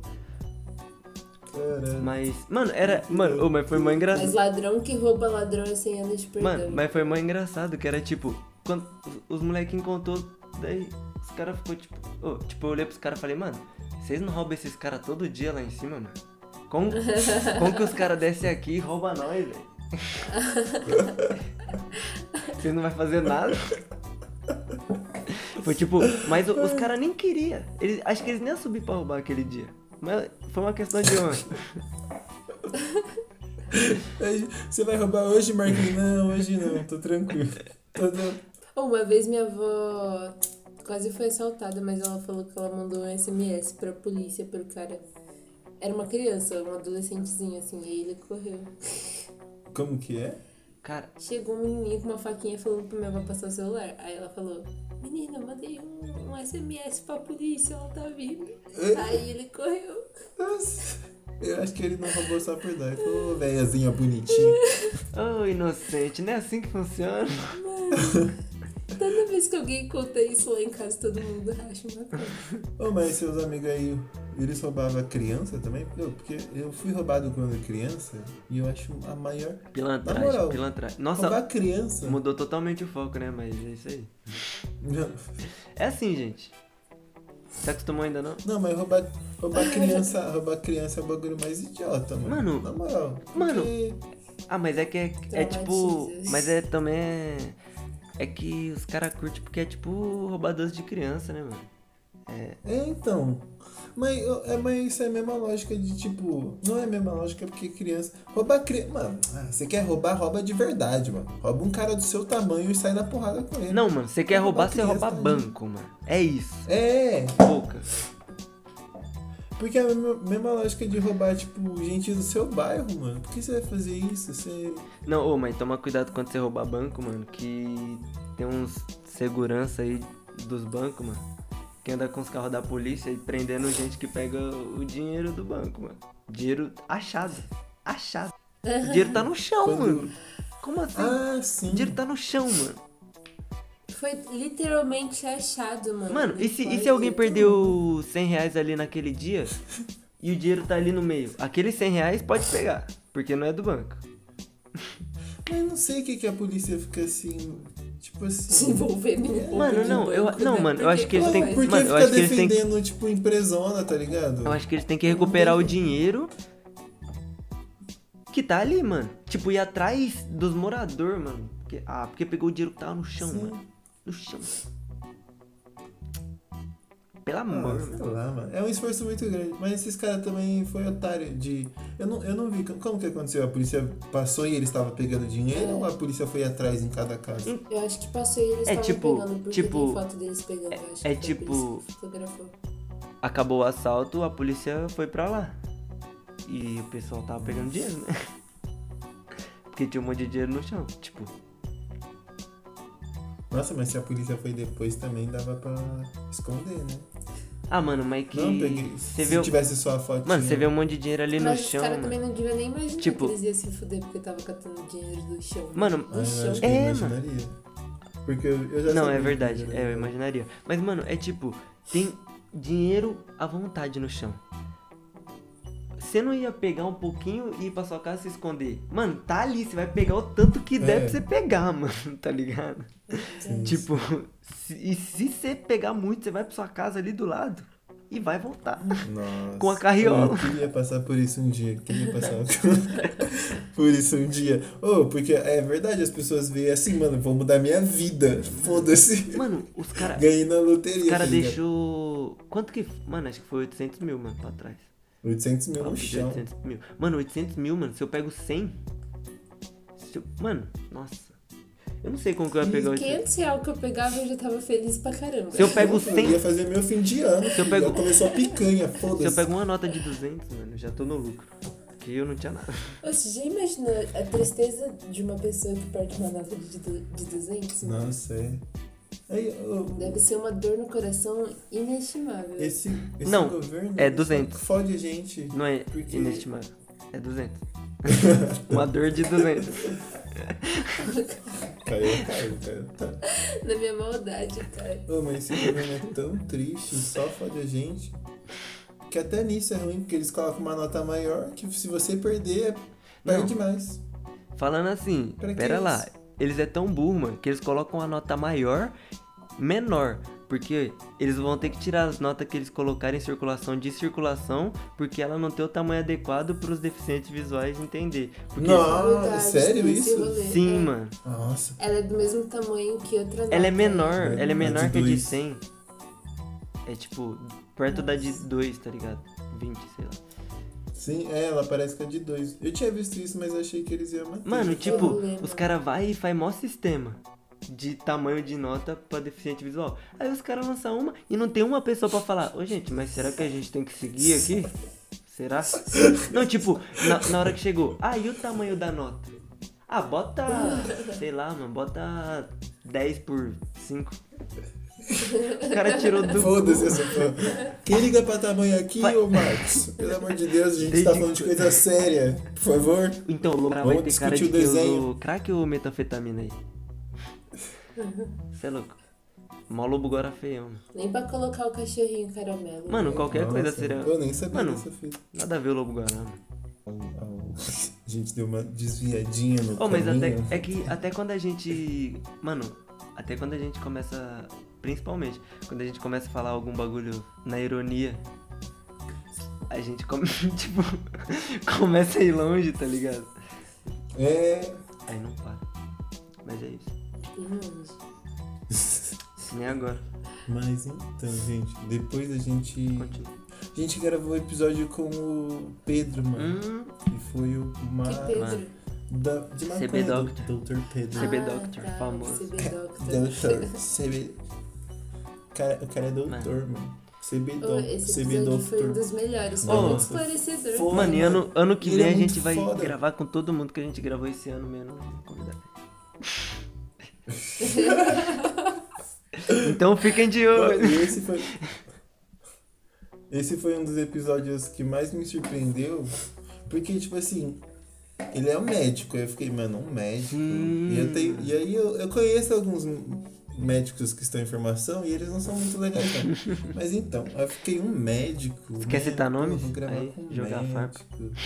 E: Caralho.
F: Mas, mano, era.
E: é
F: Mano, ô, mas foi mó
G: Mas
F: engraçado.
G: ladrão que rouba ladrão é 100 anos de perdão.
F: Mano, mas foi mó engraçado, que era tipo, quando os- os molequinhos contou, daí os caras ficou tipo. ô, tipo, eu olhei pros caras e falei, mano, vocês não roubam esses caras todo dia lá em cima, mano? Como, como que os caras descem aqui e roubam nós, velho? Vocês não vai fazer nada? Foi tipo, mas o- os caras nem queria. Eles, acho que eles nem iam subir pra roubar aquele dia. Mas foi uma questão de honra.
E: Aí, Você vai roubar hoje, Marquinhos? Não, hoje não, tô tranquilo. Tô tran-
G: Uma vez minha avó quase foi assaltada, mas ela falou que ela mandou um SMS pra polícia pro cara. Era uma criança, um adolescentezinho assim, e ele correu.
E: Como que é?
F: Cara,
G: Chegou um menininho com uma faquinha e falou pra minha avó passar o celular. Aí ela falou: Menina, eu mandei um, um SMS pra polícia, ela tá vindo. Aí ele correu.
E: Nossa, eu acho que ele não roubou só por dar. Ele falou, "Ô, véiazinha bonitinha.
F: ô inocente, não é assim que funciona.
G: Toda vez que alguém conta isso lá em casa, todo mundo racha uma coisa.
E: Ô, mas seus amigos aí, eles roubavam criança também? Eu, porque eu fui roubado quando criança e eu acho a maior. Na
F: Pilantragem,
E: moral,
F: pilantragem.
E: Roubar
F: Nossa,
E: criança.
F: mudou totalmente o foco, né? Mas é isso aí.
E: Não,
F: É assim, gente. Se acostumou ainda não?
E: não, mas roubar, roubar criança. Roubar criança é o bagulho mais idiota, mano.
F: Mano,
E: Na moral. porque-
F: mano. Ah, mas é que é, é tipo.
G: Traumatizas.
F: Mas é também. é- É que os caras curtem porque é tipo roubar doce de criança, né, mano?
E: É, então. Mas, eu- é, mas isso é a mesma lógica de tipo. Não é a mesma lógica porque criança. Roubar criança. Mano, ah, você quer roubar, rouba de verdade, mano. Rouba um cara do seu tamanho e sai na porrada com ele.
F: Não, mano, você quer roubar, você
E: criança,
F: rouba
E: né?
F: banco, mano. É isso.
E: É,
F: Pouca.
E: porque é a mesma, mesma lógica de roubar, tipo, gente do seu bairro, mano. Por que você vai fazer isso? Você.
F: Não, ô, mas toma cuidado quando você roubar banco, mano. Que tem uns segurança aí dos bancos, mano. Que anda com os carros da polícia e prendendo gente que pega o dinheiro do banco, mano. Dinheiro achado. Achado. O dinheiro tá no chão,
E: Quando-
F: mano. Como assim?
E: Ah,
F: O
E: sim.
F: dinheiro tá no chão, mano.
G: Foi literalmente achado, mano.
F: Mano, e se, e
G: Pode
F: se alguém
G: ser.
F: perdeu 100 reais ali naquele dia e o dinheiro tá ali no meio? Aqueles 100 reais pode pegar, porque não é do banco.
E: Mas eu não sei o que, que a polícia fica assim. Tipo
G: se
E: assim. Tipo,
G: envolver num
F: Mano,
G: roubo
F: não,
G: de
F: eu-
G: banco,
F: não,
G: né?
F: mano, eu
G: Porque
F: acho que eles
G: qual
F: têm
G: é?
E: Por que
F: Mano, eu
E: fica
F: acho que eles têm que-
E: defendendo, tipo, empresona, tá ligado?
F: Eu acho que eles têm que recuperar o dinheiro que tá ali, mano. Tipo, ir atrás dos moradores, mano. Porque- ah, porque pegou o dinheiro que tava no chão,
E: Sim.
F: mano. No chão. Pelo
E: Ah,
F: amor,
E: sei
F: mano.
E: lá, mano. É um esforço muito grande. Mas esses caras também foi otário de. Eu não, eu não vi. Como- Como que aconteceu? A polícia passou e ele estava pegando dinheiro ou a polícia foi atrás em cada casa?
G: Eu acho que passou e eles
F: É
G: estavam
F: tipo-
G: pegando porque
F: tipo-
G: tem foto deles pegando. eu acho
F: é
G: que foi
F: tipo-
G: por isso que Fotografou.
F: Acabou o assalto, a polícia foi pra lá. E o pessoal tava pegando dinheiro, né? Porque tinha um monte de dinheiro no chão. Tipo,
E: Nossa, mas se a polícia foi depois também dava pra esconder, né?
F: ah, mano, mas que.
E: Não, peguei. Se
F: Você viu.
E: tivesse só a foto.
F: Mano, você vê um monte de dinheiro ali
G: Mas
F: no
G: os
F: chão.
G: caras
F: mano.
G: também não deviam nem imaginar
F: Tipo-
G: que eles iam se fuder porque tava catando dinheiro do chão. né?
F: Mano,
G: do chão.
E: acho que eu
F: É,
E: imaginaria. Porque eu, eu já
F: Não, é
E: sabia
F: verdade.
E: que era.
F: É, eu imaginaria. Mas, mano, é tipo, tem dinheiro à vontade no chão. Você não ia pegar um pouquinho e ir pra sua casa e se esconder. Mano, tá ali, você vai pegar o tanto que der
E: É.
F: pra você pegar, mano, tá ligado?
E: Sim.
F: Tipo, se- e se você pegar muito, você vai pra sua casa ali do lado. e vai voltar.
E: Nossa.
F: Com a carriola.
E: Eu queria passar por isso um dia. Queria passar por isso um dia. Ô, porque é verdade, as pessoas veem assim, mano, vou mudar minha vida. Foda-se.
F: Mano, os caras.
E: Ganhei na
F: Os
E: loteria.
F: caras
E: tá ligado?
F: deixou. Quanto que. Mano, acho que foi 800 mil, mano, pra trás.
E: 800 mil
F: Papo
E: no
F: de
E: chão.
F: 800 mil. Mano, 800 mil, mano. Se eu pego 100. se eu- Mano, nossa. Eu não sei como que eu ia pegar 800.
G: 500 reais que eu pegava, eu já tava feliz pra caramba.
F: Se eu pego
E: Eu
F: 100.
E: ia fazer meu fim de ano.
F: eu pego-
E: Já começou a picanha,
F: Se eu
E: foda-se.
F: pego uma nota de 200, mano, eu já tô no lucro. Porque eu não tinha nada.
G: Você já imaginou a tristeza de uma pessoa que perde uma nota de, du- de 200?
E: Nossa, é. Aí, ô,
G: Deve ser uma dor no coração inestimável.
E: esse, esse
F: Não,
E: governo.
F: é
E: ele só
F: 200.
E: Fode a gente.
F: Não é
E: Porque-
F: inestimável. É 200. uma dor de 200.
E: Caiu, caiu, caiu. Tá.
G: Na minha maldade, cara.
E: Ô, mas esse governo é tão triste, só fode a gente. Que até nisso é ruim, porque eles colocam uma nota maior, que se você perder, é perde mais.
F: Falando assim,
E: Pra que
F: pera lá.
E: isso?
F: Eles é tão burro, mano, que eles colocam a nota maior, menor. Porque eles vão ter que tirar as notas que eles colocaram em circulação de circulação, porque ela não tem o tamanho adequado pros deficientes visuais entender. Porque
E: Nossa, Ah, sério
G: tem esse
E: isso?
G: rolê.
F: sim,
G: É.
F: mano.
E: Nossa.
G: Ela é do mesmo tamanho que outra nota.
F: Ela é menor,
E: É,
F: ela é
E: a
F: menor
E: de
F: que a de
E: dois.
F: 100. É tipo perto da de 2, tá ligado? 20, sei lá.
E: Sim, é, ela parece que é de dois. Eu tinha visto isso, mas achei que eles iam matar.
F: Mano, tipo,
G: problema.
F: os caras vai e faz mó sistema de tamanho de nota pra deficiente visual. Aí os caras lançam uma e não tem uma pessoa pra falar, ô gente, mas será que a gente tem que seguir aqui? Será? Não, tipo, na, na hora que chegou, ah, e o tamanho da nota? Ah, bota, sei lá, mano, bota 10 por 5. O cara tirou do
E: Foda-se essa porra. Quem liga pra tamanho aqui,
F: Vai.
E: ô Marcos? Pelo amor de Deus, a gente
F: Desde
E: tá falando de
F: quando?
E: coisa séria. Por favor.
F: Então, o cara
E: Vamos
F: vai ter cara de
E: discutir
F: que
E: o desenho.
F: usou crack ou metanfetamina aí? Você é louco? Mó lobo agora feião, mano.
G: Nem pra colocar o cachorrinho caramelo.
F: Mano, qualquer coisa
E: Nossa,
F: seria.
E: Eu nem sabia
F: Mano,
E: dessa fita.
F: nada a ver o Lobo Guará. mano.
E: A gente deu uma desviadinha no
F: Oh, mas até,
E: caminho.
F: é que até quando a gente. Mano, até quando a gente começa. Principalmente, quando a gente começa a falar algum bagulho na ironia, a gente come, tipo, começa a ir longe, tá ligado?
E: É,
F: Aí não para. Mas é isso.
G: Tem longe.
F: Que Nem agora.
E: Mas então, gente, depois a gente.
F: Continua.
E: A gente gravou o episódio com o Pedro, mano.
F: Hum,
E: E foi o Ma...
G: Que Pedro.
F: mano.
E: da... de maconha,
F: CB
E: do-
F: Doctor.
E: Dr. Pedro.
F: CB Doctor,
G: tá,
F: famoso.
G: CB
E: É,
G: Doctor.
E: Doutor. CB. Cara, o cara é doutor, mano. CB
G: Oh,
E: Doctor.
G: esse
E: CB
G: episódio foi um
E: Doctor.
G: dos melhores, foi
F: Oh.
G: muito esclarecedor.
E: Foi.
F: Mano, e ano, ano que
E: Ele
F: vem
E: é
F: a
E: muito
F: gente vai
E: foda.
F: gravar com todo mundo que a gente gravou esse ano, menos um convidado. então fiquem de
E: Mano,
F: olho.
E: e esse foi. Esse foi um dos episódios que mais me surpreendeu. Porque, tipo assim, ele é um médico. Eu fiquei, mano, um médico.
F: Sim.
E: E, eu tenho- e aí eu, eu conheço alguns m- médicos que estão em formação e eles não são muito legais, não. Mas então, aí eu fiquei um médico.
F: quer
E: né?
F: citar
E: Pô,
F: nomes?
E: Vou gravar
F: Aí,
E: com um
F: jogar a farpa.
E: médico.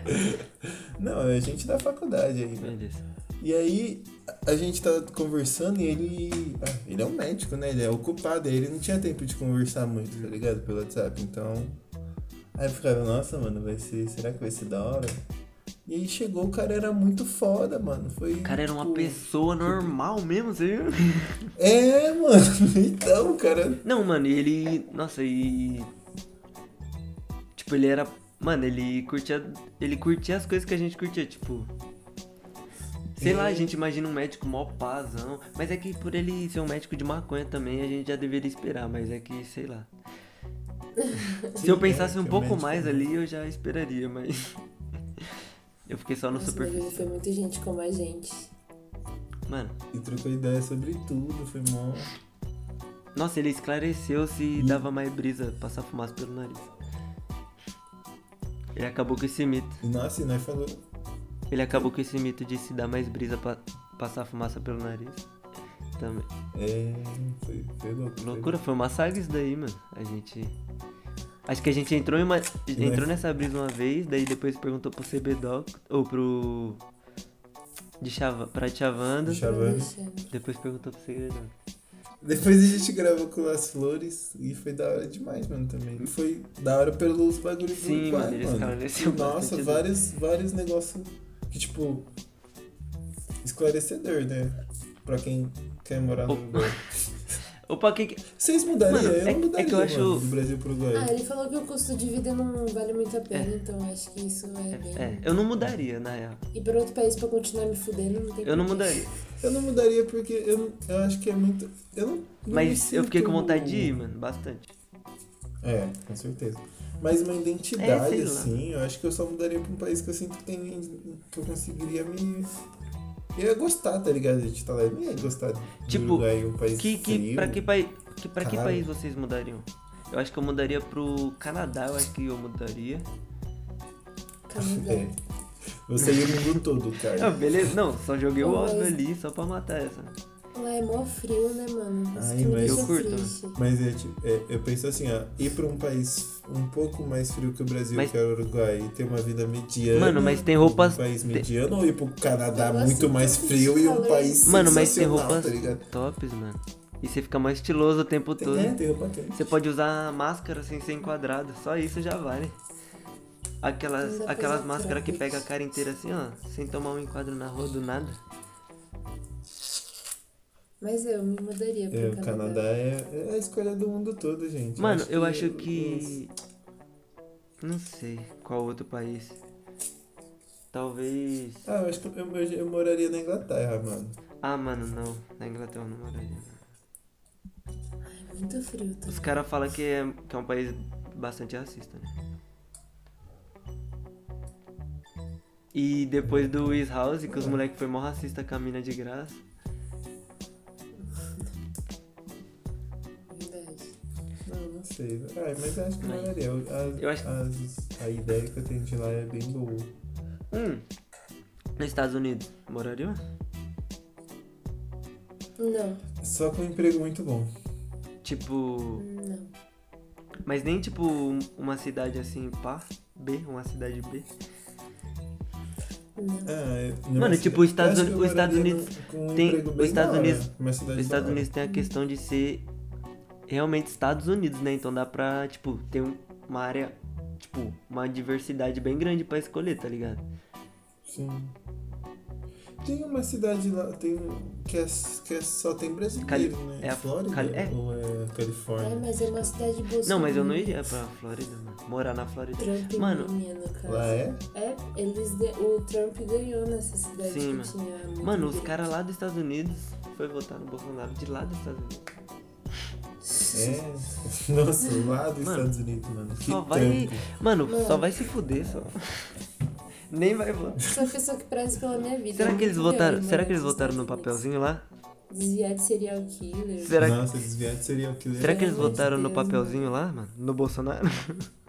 E: não, é gente da faculdade aí, né?
F: Beleza.
E: E aí a gente tá conversando e ele. ah, ele é um médico, né? Ele é ocupado, aí ele não tinha tempo de conversar muito, tá ligado? Pelo WhatsApp. Então. Aí eu ficava, nossa, mano, vai ser. Será que vai ser da hora? E aí chegou, o cara era muito foda, mano. Foi.
F: O cara era uma
E: tipo,
F: pessoa normal mesmo, você viu?
E: É, mano. Então, o cara.
F: Não, mano, e ele. Nossa, e. Tipo, ele era. Mano, ele curtia. Ele curtia as coisas que a gente curtia, tipo. Sei lá, a gente imagina um médico mó pazão. Mas é que por ele ser um médico de maconha também, a gente já deveria esperar, mas é que, sei lá. Se eu
E: Sim,
F: pensasse
E: é,
F: um
E: que é
F: pouco
E: médico,
F: mais
E: né?
F: ali, eu já esperaria, mas. Eu fiquei só no
G: Nossa, mas ele
F: superfície.
G: foi muita gente como a gente.
F: Mano,
E: E trocou ideia sobre tudo, foi mó.
F: nossa, ele esclareceu se dava mais brisa passar fumaça pelo nariz. Ele acabou com esse mito.
E: E nossa, e nós falou.
F: Ele acabou com esse mito de se dar mais brisa pra passar fumaça pelo nariz. Também.
E: É. Foi, foi louco. foi
F: Loucura, foi um massacre isso daí, mano. A gente. Acho que a gente entrou, em uma... entrou nessa brisa uma vez, daí depois perguntou pro CB Doc. Ou pro. De chava... Pra Chavando.
E: louco. Chavando.
G: Alexandre.
F: Depois perguntou pro CB Doc.
E: Depois a gente gravou com as flores e foi da hora demais, mano, também. Foi da hora pelos bagulhos
F: Sim,
E: do
F: mano, eles esclareceram
E: Nossa,
F: bastante
E: vários, vários negócios que, tipo, esclarecedor, né? Pra quem quer morar no Uruguai.
F: Opa, que que...
E: Vocês mudariam, eu
F: Mano, é- é
E: não
F: que
E: mudaria,
F: eu acho-
E: mano, do Brasil pro Uruguai.
G: Ah, ele falou que o custo de vida não vale muito a pena, então acho que isso é bem.
F: É, eu não mudaria, na real.
G: E pra outro país pra eu continuar me fudendo, não tem
F: Eu não
G: porquê.
F: mudaria.
E: Eu não mudaria porque eu, não- eu acho que é muito... Eu não, não me
F: Mas eu fiquei com
E: sinto-
F: vontade de ir, mano, bastante.
E: É, com certeza. Mas uma
F: É,
E: identidade,
F: sei lá.
E: assim, eu acho que eu só mudaria pra um país que eu sinto que tem. que eu conseguiria me. Eu ia gostar, tá ligado? De estar lá. Eu não ia gostar de
F: Tipo,
E: Uruguai, um país
F: Que, que,
E: frio.
F: pra que, pai, que, pra que
E: Cara.
F: país vocês mudariam? Eu acho que eu mudaria pro Canadá, eu acho que eu mudaria.
G: Canadá.
E: É. Você ia o mundo todo, cara.
F: Ah, beleza, não, só joguei o
G: Mas-
F: áudio ali só pra matar essa.
G: Lá é mó frio, né, mano? Isso
E: Ai,
G: que me
E: mas-
G: deixa
F: Eu curto.
G: triste.
E: Mas é, tipo, é, eu penso assim, ó, ir pra um país um pouco mais frio que o Brasil,
F: Mas-
E: que é o Uruguai, e ter uma vida mediana.
F: Mano, mas tem roupas-
E: Um país
F: tem-
E: mediano, ou ir pro Canadá
G: Eu gosto
E: muito mais
G: tanto de
E: frio e um
G: calor.
E: país.
F: Mano, mas tem
E: sensacional,
F: roupas
E: Tá ligado?
F: tops, mano. E você fica mais estiloso o tempo
E: Tem,
F: todo.
E: é, tem roupa quente.
F: Você pode usar máscara sem ser enquadrado, só isso já vale. Aquelas,
G: Ainda
F: aquelas
G: coisa
F: máscaras que
G: tropics.
F: pega a cara inteira assim, ó, sem tomar um enquadro na rua do nada.
G: Mas eu me mudaria pro
E: É, o
G: Canadá.
E: Canadá é, é a escolha do mundo todo, gente.
F: Mano, eu acho que. Não sei qual outro país. Talvez.
E: Ah, eu acho que eu, eu- eu moraria na Inglaterra, mano.
F: Ah, mano, não. Na Inglaterra eu não moraria. não.
E: é
G: Muito frio
F: Os
G: também.
F: caras falam que é, que é um país bastante racista, né? E depois do Wiz House, que os moleques foi mó racista com a mina de graça.
G: Verdade.
E: Não, não sei. Ah, mas eu acho que eu
F: Mas-
E: moraria. Eu- As,
F: eu acho-
E: as- a ideia que eu tenho de lá é bem boa.
F: Hum. Nos Estados Unidos, moraria?
G: Não,
E: Só com um emprego muito bom.
F: Tipo.
G: não.
F: Mas nem tipo um- uma cidade assim, pá. B, uma cidade B.
G: Não.
E: Ah, é-
F: Mano,
E: numa
F: tipo, os
E: cida- eu
F: Estados
E: acho que eu
F: Unidos- os Estados
E: moraria
F: Unidos
E: num- com um
F: tem-
E: emprego
F: os
E: bem
F: Estados
E: da hora,
F: Unidos-
E: numa cidade
F: Os Estados
E: da hora.
F: Unidos tem a questão de ser realmente Estados Unidos, né? Então dá pra, tipo, ter um- uma área, tipo, uma diversidade bem grande pra escolher, tá ligado?
E: Sim. Tem uma cidade lá tem, um- que, é, que é só tem brasileiro,
F: Cali-
E: né?
F: é a-
E: Flórida
F: Cali- é.
E: ou é
G: Ai,
E: Califórnia?
G: mas é uma cidade boa.
F: Não, mas eu não iria pra Flórida, mano. Morar na Flórida.
G: Trump
F: Mano,
G: ganha, no caso.
E: Lá é?
G: É, eles gan- o Trump ganhou nessa cidade
F: Sim,
G: que
F: mano.
G: tinha muito
F: Mano, os
G: gay.
F: caras lá dos Estados Unidos foi votar no Bolsonaro de lá dos Estados Unidos.
E: É. Nossa, lá dos
F: Mano,
E: Estados Unidos, mano. Que
F: Só
E: tempo.
F: vai. Mano, só
G: Mano.
F: vai se fuder, só. Nem vai votar.
G: Sou a pessoa que preza pela minha vida.
F: Será
G: Eu
F: que eles
G: nunca
F: votaram,
G: ganhei,
F: será
G: mano,
F: que eles
G: nos
F: votaram no
G: Estados Unidos.
F: papelzinho lá?
G: Desviar de serial killer.
F: Será que
E: Nossa, desviado seria o que
F: Será que eles
G: Pelo amor de
F: votaram no
G: Deus, mano.
F: papelzinho lá, mano? No Bolsonaro?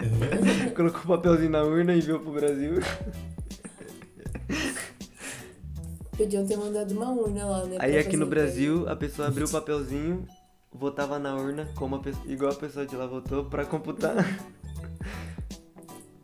E: É.
F: Colocou o papelzinho na urna e enviou pro Brasil.
G: Podiam ter mandado uma urna lá, né?
F: Aí
G: pra
F: aqui no
G: fazer
F: Brasil, a pessoa abriu o papelzinho, votava na urna, como a pessoa- igual a pessoa de lá votou, pra computar.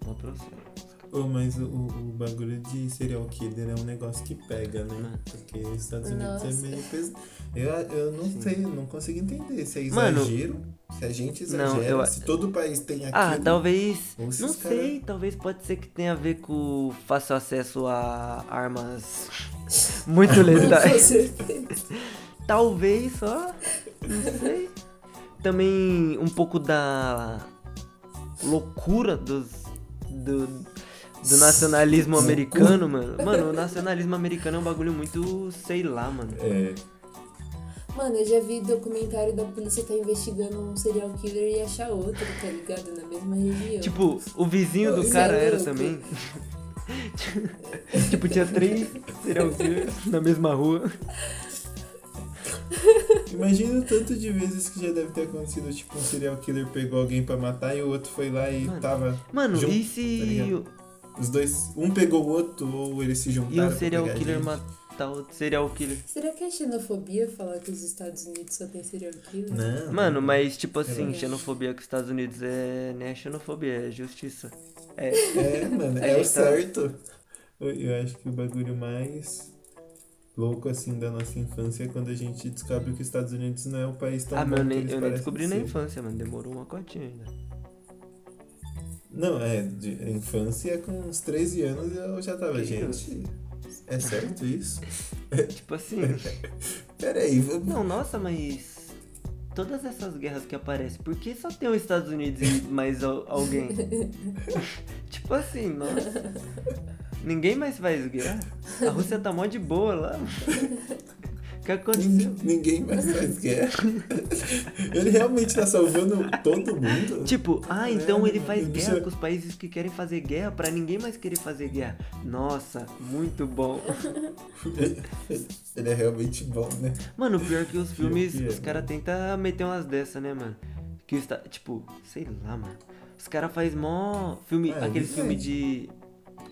F: Mó processo.
E: Ô, mas o, o bagulho de serial killer é um negócio que pega, né?
F: Mano.
E: Porque os Estados Unidos
G: Nossa.
E: é meio pesado. Eu, eu não sei, eu não consigo entender se é
F: Mano,
E: exagero, se a gente exagera,
F: não, eu-
E: se todo país tem aquilo.
F: Ah, talvez.
E: Ou se
F: Não
E: os cara-
F: sei, talvez pode ser que tenha a ver com fácil acesso a armas muito
G: Com
F: letais.
G: certeza.
F: Talvez só. Não sei. Também um pouco da loucura dos. Do, do nacionalismo americano, mano. Mano, o nacionalismo americano é um bagulho muito, sei lá, mano.
E: É,
G: Mano, eu já vi documentário da polícia tá investigando um serial killer e achar outro, tá ligado? Na mesma região.
F: Tipo, o vizinho do
G: Isso
F: cara
G: é
F: era
G: louco.
F: também. tipo, tinha três serial killers na mesma rua.
E: Imagina o tanto de vezes que já deve ter acontecido, tipo, um serial killer pegou alguém pra matar e o outro foi lá e
F: Mano.
E: tava.
F: Mano,
E: Jun-
F: e
E: tá
F: se
E: ligado? Os dois. Um pegou o outro ou eles se juntaram.
F: e um
E: pra
F: serial
E: pegar
F: killer
E: gente?
F: matar outro serial killer?
G: Será que é xenofobia falar que os Estados Unidos só tem serial killer?
E: Não.
F: Mano, mas tipo
E: Sei
F: assim,
E: lá.
F: xenofobia com os Estados Unidos é. Não é xenofobia, é justiça. É.
E: É, mano,
F: É,
E: é, o
F: então.
E: certo. Eu- Eu acho que o bagulho mais. louco assim da nossa infância quando a gente descobre que os Estados Unidos não é um país tão
F: ah,
E: bom
F: meu, eu
E: que
F: nem,
E: eles
F: eu nem
E: parecem
F: descobri na
E: ser.
F: infância, mano. Demorou uma cotinha ainda.
E: Não, é, de infância com uns 13 anos eu já tava,
F: Que
E: gente.
F: isso?
E: É certo isso?
F: Tipo assim.
E: Peraí, vou...
F: não, nossa, mas. Todas essas guerras que aparecem, por que só tem os Estados Unidos e mais al- alguém? tipo assim, nossa. Ninguém mais faz guerra. A Rússia tá mó de boa lá. mano. O que aconteceu?
E: Ninguém, ninguém mais faz guerra. Ele realmente tá salvando todo mundo.
F: Tipo, ah, então
E: É,
F: ele faz
E: mano,
F: guerra
E: isso-
F: com os países que querem fazer guerra pra ninguém mais querer fazer guerra. Nossa, muito bom.
E: Ele é realmente bom, né?
F: Mano, pior que os filmes,
E: que é,
F: os caras tentam meter umas dessas, né, mano? Que está, tipo, sei lá, mano. Os caras faz mó filme,
E: É,
F: aqueles
E: isso
F: filme
E: aí.
F: de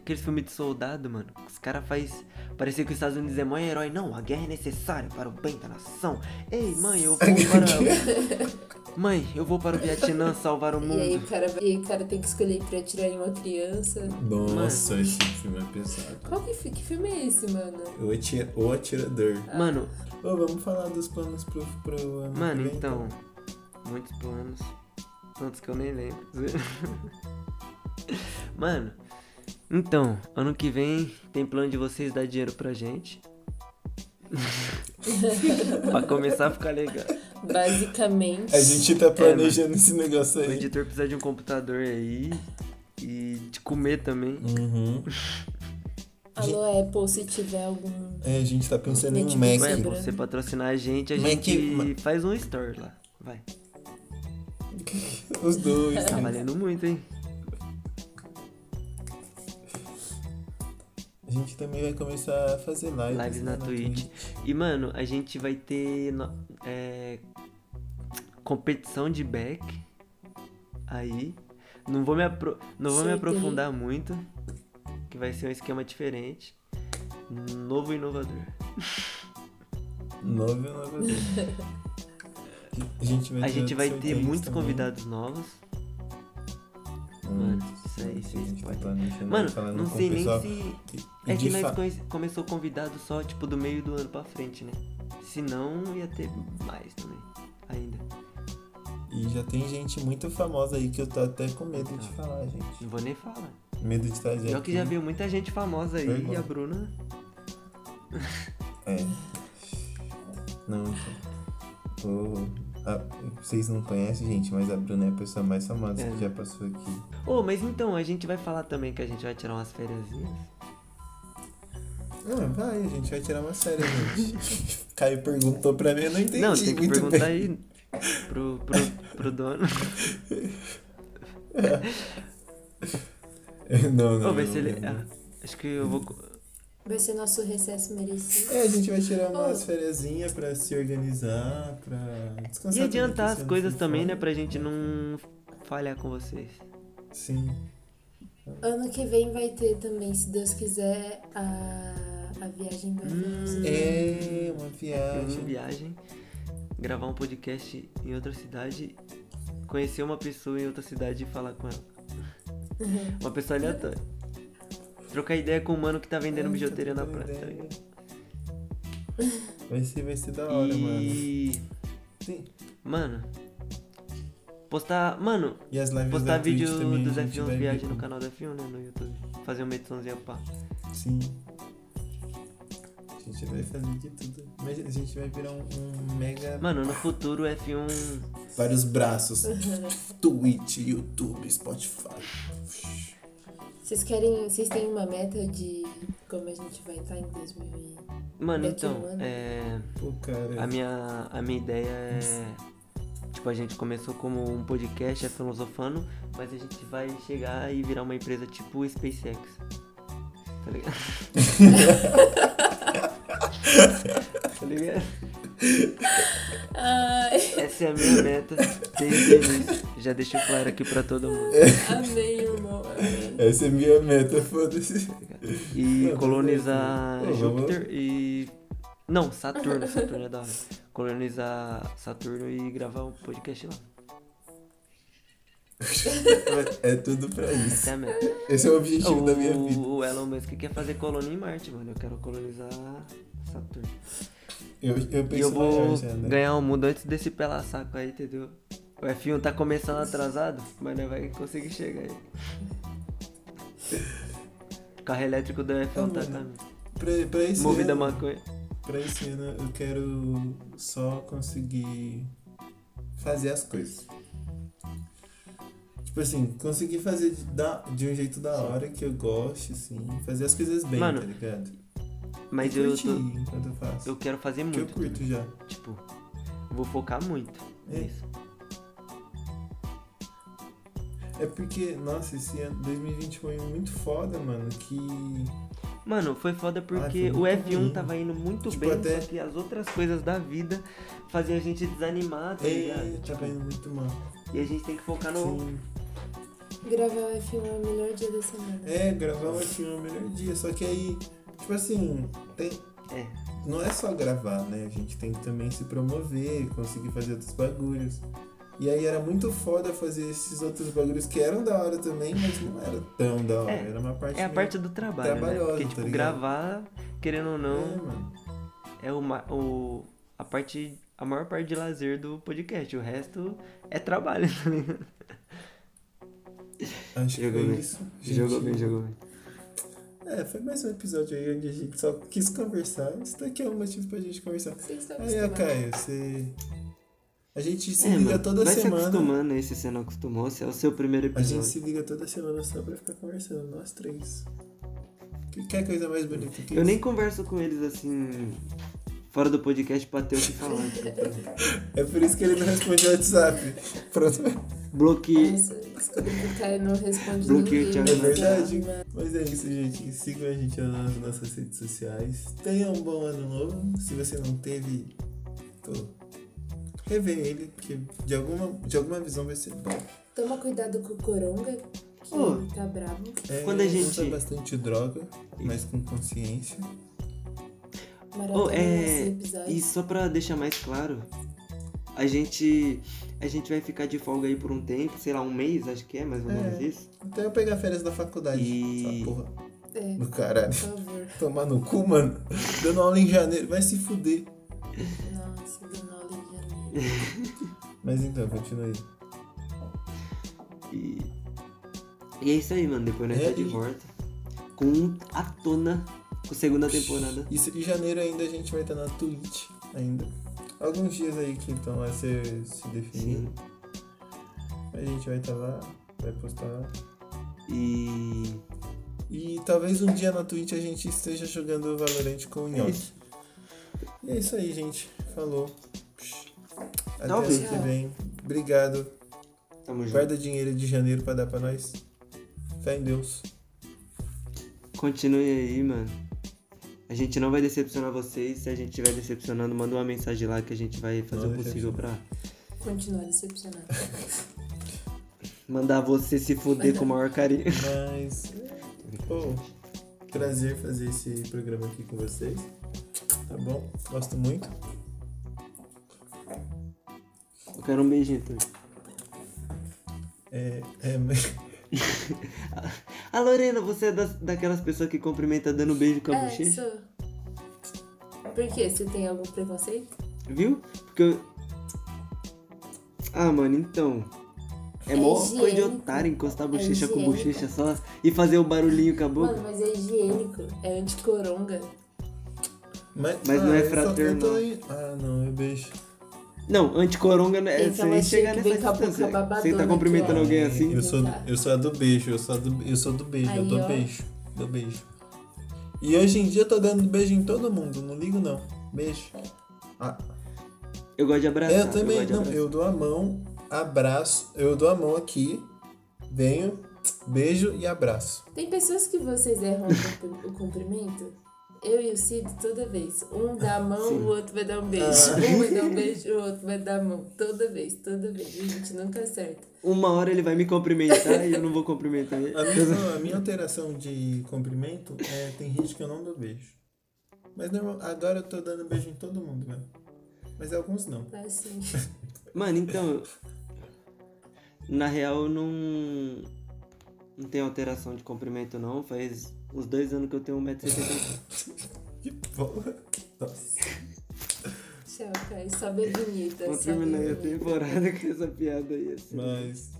F: aqueles filme de soldado, mano. Os caras faz parecer que os Estados Unidos é mó herói, não, a guerra é necessária para o bem da nação. Ei, mãe, eu vou para Mãe, eu vou para o Vietnã salvar o
G: E aí,
F: mundo.
E: Hum.
G: o cara, e aí o cara tem que escolher pra atirar em uma criança.
E: Nossa, esse filme é pesado.
G: Qual que, fi- que filme é esse, mano?
E: O, ati- o atirador.
F: Mano,
E: Ô, vamos falar dos planos pro, pro ano
F: mano,
E: que vem,
F: então, muitos planos, tantos que eu nem lembro. mano, então, ano que vem tem plano de vocês dar dinheiro pra gente. pra começar a ficar legal.
G: Basicamente.
E: A gente
F: É,
E: tá planejando esse negócio
F: O
E: aí.
F: editor precisa de um computador aí e de comer também.
E: Uhum.
G: Alô, é Apple, se tiver algum.
E: É, a gente tá pensando em um
G: Gente,
F: Vai,
E: Mac.
G: lembra?
F: você patrocinar a gente, a
E: Mas
F: gente
E: é que-
F: faz um story lá. Vai,
E: Os dois.
F: tá valendo muito, hein?
E: A gente também vai começar a fazer lives.
F: Lives
E: né,
F: na Twitch. E, mano, a gente vai ter no- é, competição de back aí. Não vou me, apro- não vou me
G: Sei
F: aprofundar muito, que vai ser um esquema diferente. Novo e inovador.
E: Novo e novo. A gente vai
F: A
E: ter,
F: gente vai
E: outros
F: ter
E: sorteios
F: muitos
E: é também.
F: convidados novos.
E: Hum,
F: Mano, isso aí,
E: a
F: vocês
E: gente tá
F: podem.
E: planejando,
F: Mano,
E: falando
F: não
E: com o
F: sei nem
E: pessoal.
F: se.
E: E-
F: É
E: e
F: que
E: de
F: nós
E: fa-
F: conhe- começou convidado só, tipo, do meio do ano pra frente, né? Se não, ia ter mais também. Ainda.
E: E já tem gente muito famosa aí que eu tô até com medo de falar, gente.
F: Não vou nem falar.
E: Medo de estar já
F: Pior
E: aqui.
F: que já veio muita gente famosa aí
E: Foi, mano.
F: e a Bruna.
E: É. Não, então. Ô, a- vocês não conhecem, gente, mas a Bruna é a pessoa mais famosa
F: É.
E: que já passou aqui.
F: Ô, mas então, a gente vai falar também que a gente vai tirar umas férias.
E: Ah, vai, a gente vai tirar uma série, gente. Caio perguntou pra mim, eu não entendi
F: Não, tem que
E: muito
F: perguntar
E: bem.
F: aí pro, pro, pro dono.
E: não,
F: Ô,
E: não.
F: vai
E: não,
F: ser
E: não,
F: ele.
E: não.
F: ah, acho que eu vou. co-
G: Vai ser nosso recesso merecido.
E: É, a gente vai tirar umas
G: Ô.
E: fériasinhas pra se organizar, pra descansar.
F: E
E: também,
F: adiantar
E: que
F: as
E: esse ano
F: coisas
E: foi
F: também,
E: foda.
F: né? Pra gente não falhar com vocês.
E: Sim.
G: Ano que vem vai ter também, se Deus quiser, a, a viagem da
E: Hum,
G: França.
E: É, uma
F: Em
E: viagem.
F: Hum. viagem, gravar um podcast em outra cidade, conhecer uma pessoa em outra cidade e falar com ela.
E: Uhum.
F: Uma pessoa aleatória. Trocar ideia com um mano que tá vendendo bijuteria na praça. tá ligado?
E: é. Vai ser, vai ser da hora, mano.
F: e...
E: Sim.
F: Mano. Postar. Mano,
E: E as lives
F: postar
E: da Twitch
F: vídeo
E: é também, a
F: dos
E: gente
F: F1
E: vai
F: Viagem
E: ver.
F: no canal do F1, né? No YouTube. Fazer uma ediçãozinha pá.
E: Sim. A gente vai fazer de tudo. Mas a gente vai virar um, um mega.
F: Mano, no futuro o F1.
E: Vários braços. Twitch, YouTube, Spotify. é.
G: Vocês querem. Vocês têm uma meta de como a gente vai estar em 2020?
F: Mano,
G: Daqui a
F: então,
G: um ano.
F: é.
E: Pô, cara.
F: A minha, a minha ideia é. Tipo, a gente começou como um podcast, é filosofando, mas a gente vai chegar e virar uma empresa tipo SpaceX. Tá ligado? tá ligado?
G: Ai,
F: Essa é a minha meta desde o início. Já deixo claro aqui pra todo mundo.
G: amei, irmão. Amei.
E: Essa é minha meta, foda-se.
F: E
E: Não,
F: colonizar
E: beleza. Pô, vamos-
F: Júpiter e. Não, Saturno. Saturno é da hora. Colonizar Saturno e gravar um podcast lá.
E: É tudo pra isso.
F: Essa é a meta.
E: Esse é o objetivo da minha vida.
F: O Elon Musk quer fazer colônia em Marte, mano. Eu quero colonizar essa turma.
E: Eu, eu
F: E
E: penso
F: eu vou
E: maior já, né?
F: ganhar o mundo antes desse pela saco aí, entendeu? O F1 tá começando atrasado, mas não vai conseguir chegar aí. O carro elétrico do F1 tá caminho.
E: Pra, pra esse
F: Movida a
E: ano,
F: maconha.
E: pra esse ano eu quero só conseguir fazer as coisas. Tipo assim, conseguir fazer de, da- de um jeito da hora que eu goste, assim. Fazer as coisas bem,
F: Mano,
E: tá ligado?
F: Mas
E: E
F: eu,
E: curtir
F: tô,
E: enquanto eu faço.
F: eu quero fazer
E: que eu
F: muito.
E: curto já.
F: Tipo, vou focar muito
E: É.
F: nisso.
E: É porque, nossa, esse ano 2020 foi muito foda, mano. Que.
F: Mano, foi foda porque
E: Ai, foi
F: o
E: muito
F: F1
E: ruim.
F: tava indo muito
E: Tipo,
F: bem,
E: até-
F: só que as outras coisas da vida faziam a gente desanimar, tá
E: É,
F: ligado?
E: tá
F: Tipo,
E: caindo muito mal.
F: e a gente tem que focar no.
E: Sim.
G: Gravar o F1 é o melhor dia da semana.
E: É, gravar o filme é o melhor dia. Só que aí, tipo assim, tem,
F: É.
E: não é só gravar, né? A gente tem que também se promover, conseguir fazer outros bagulhos. E aí era muito foda fazer esses outros bagulhos que eram da hora também, mas não era tão da hora.
F: É,
E: era uma parte.
F: É a
E: meio-
F: parte do trabalho, né?
E: trabalhosa,
F: Porque,
E: tá
F: tipo,
E: ligado?
F: gravar, querendo ou
E: É,
F: não,
E: mano.
F: é, o, ma- o, a parte. A maior parte de lazer do podcast. O resto é trabalho, tá ligado?
E: Acho que
F: Jogou
E: foi
F: bem.
E: isso.
F: Jogou
E: gente.
F: bem, jogou bem.
E: É, foi mais um episódio aí onde a gente só quis conversar. Isso daqui é um motivo pra gente conversar.
G: Vocês estão
E: Aí, ó,
G: acostumados.
E: Caio, você. A gente se
F: É,
E: liga
F: mano,
E: toda
F: vai se
E: semana.
F: acostumando aí se você não acostumou, se é o seu primeiro
E: A gente
F: episódio.
E: se liga toda semana só pra ficar conversando, nós três. Que, que é coisa mais bonita que
F: Eu
E: isso?
F: nem converso com eles assim. Fora do podcast pra ter o que falar. Tipo.
E: É por isso que ele não responde o WhatsApp. Pronto.
F: Bloqueei.
G: Nossa, descobri que o tá Caio não responde
F: Bloqueio,
G: ninguém.
F: Thiago.
E: É verdade. Mas é isso, gente. Sigam a gente nas nossas redes sociais. Tenham um bom ano novo. Se você não teve, pô, rever ele, porque de alguma, de alguma visão vai ser bom.
G: Toma cuidado com o Coronga, que
F: Ô.
G: tá brabo.
E: É,
F: Quando a gente-
E: Usa bastante droga, mas com consciência.
G: Maratona
F: Oh, é.
G: esse episódio.
F: E só pra deixar mais claro, a gente. A gente vai ficar de folga aí por um tempo, sei lá, um mês, acho que é, mais ou menos
E: É.
F: isso.
E: Até eu pegar férias da faculdade.
F: E-
E: Essa porra
G: É,
E: do caralho.
G: por favor.
E: Tomar no cu, mano. Dando aula em janeiro. Vai se fuder.
G: Nossa, do mal de janeiro.
E: Mas então, continua aí.
F: E. E é isso aí, mano. Depois nós
E: É,
F: tá de
E: e-
F: volta. Com a tona, com a segunda temporada.
E: Isso de janeiro ainda a gente vai estar na Twitch ainda. Alguns dias aí que estão a ser se definindo.
F: Sim.
E: A gente vai estar lá, vai postar lá.
F: E.
E: E talvez um dia na Twitch a gente esteja jogando Valorant com o Nhoque.
F: É isso.
E: E é isso aí, gente. Falou. Até
F: Talvez.
E: ano que vem. Obrigado.
F: Tamo junto.
E: Guarda dinheiro de janeiro pra dar pra nós. Fé em Deus.
F: Continue aí, mano. A gente não vai decepcionar vocês. Se a gente estiver decepcionando, manda uma mensagem lá que a gente vai fazer
E: Não
F: o possível pra
G: Continua decepcionado.
F: mandar você se fuder com o maior carinho.
E: Mas. Pô, prazer fazer esse programa aqui com vocês. Tá bom? Gosto muito.
F: Eu quero um beijinho também.
E: É. é mas-
F: A Lorena, você é das- daquelas pessoas que cumprimenta dando beijo com a
G: É,
F: bochecha?
G: sou. Por quê? Você tem algum preconceito?
F: Viu? Porque eu... Ah, mano, então. É
G: É
F: mó coisa de
G: higiênico.
F: otário encostar a
G: É
F: bochecha com
G: higiênico.
F: bochecha só e fazer o barulhinho com a boca.
G: Mano, mas é higiênico. É anticoronga.
E: Mas, ah,
F: Mas não é
E: eu só- eu
F: fraterno.
E: tô aí- Ah, não, eu beijo.
F: Não, anticoronga não é.
G: Tem
F: Você
G: aquela
F: chegar
G: tia que
F: nessa
G: vem com a boca
F: distância. Você
G: babadona né?
F: tá
G: aqui,
F: cumprimentando
G: ó.
F: alguém
E: É,
F: assim?
E: Eu sou, eu sou a do beijo, eu sou a do, eu sou do beijo, eu
G: Aí,
E: dou
G: ó.
E: beijo. Dou beijo. E hoje em dia eu tô dando beijo em todo mundo, não ligo não. Beijo. Ah,
F: Ah, Eu gosto de abraçar.
E: É, eu também,
F: gosto de
E: não,
F: abraçar.
E: eu dou a mão, abraço, eu dou a mão aqui, venho, beijo e abraço.
G: Tem pessoas que vocês erram o cumpri- o cumprimento? Eu e o Cid, toda vez. Um dá a mão, o outro vai dar um beijo.
F: Ah.
G: Um vai dar um beijo, o outro vai dar a mão. Toda vez, toda vez. A gente nunca acerta.
F: Uma hora ele vai me cumprimentar e eu não vou cumprimentar ele.
E: A minha, a minha alteração de cumprimento é tem gente que eu não dou beijo. Mas normal, agora eu tô dando beijo em todo mundo, velho. Mas alguns não.
G: Tá assim.
F: Mano, então. eu- Na real, eu não. Não tem alteração de um comprimento, não. Faz uns dois anos que eu tenho 1,70m.
E: Que porra. Nossa.
G: Tchau, Caio. Só bem bonita.
F: Vou
G: só
F: terminar a
G: bem bonita.
F: temporada com essa piada aí. assim.
E: Mas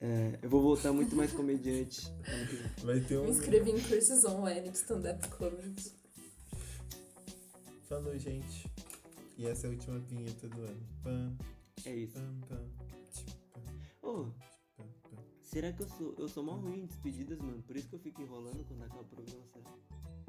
F: É, eu vou voltar muito mais comediante. ano que vem.
E: vai ter um.
G: Me inscrevi em cursos online de stand-up comedy.
E: Falou, gente. E essa é a última vinheta do ano. Pam,
F: É isso.
E: pam, pam. tchim, pam,
F: Ô,
E: pam, pam.
F: será que eu sou. Eu sou mal ruim em despedidas, mano. Por isso que eu fico enrolando quando acaba o programa, será?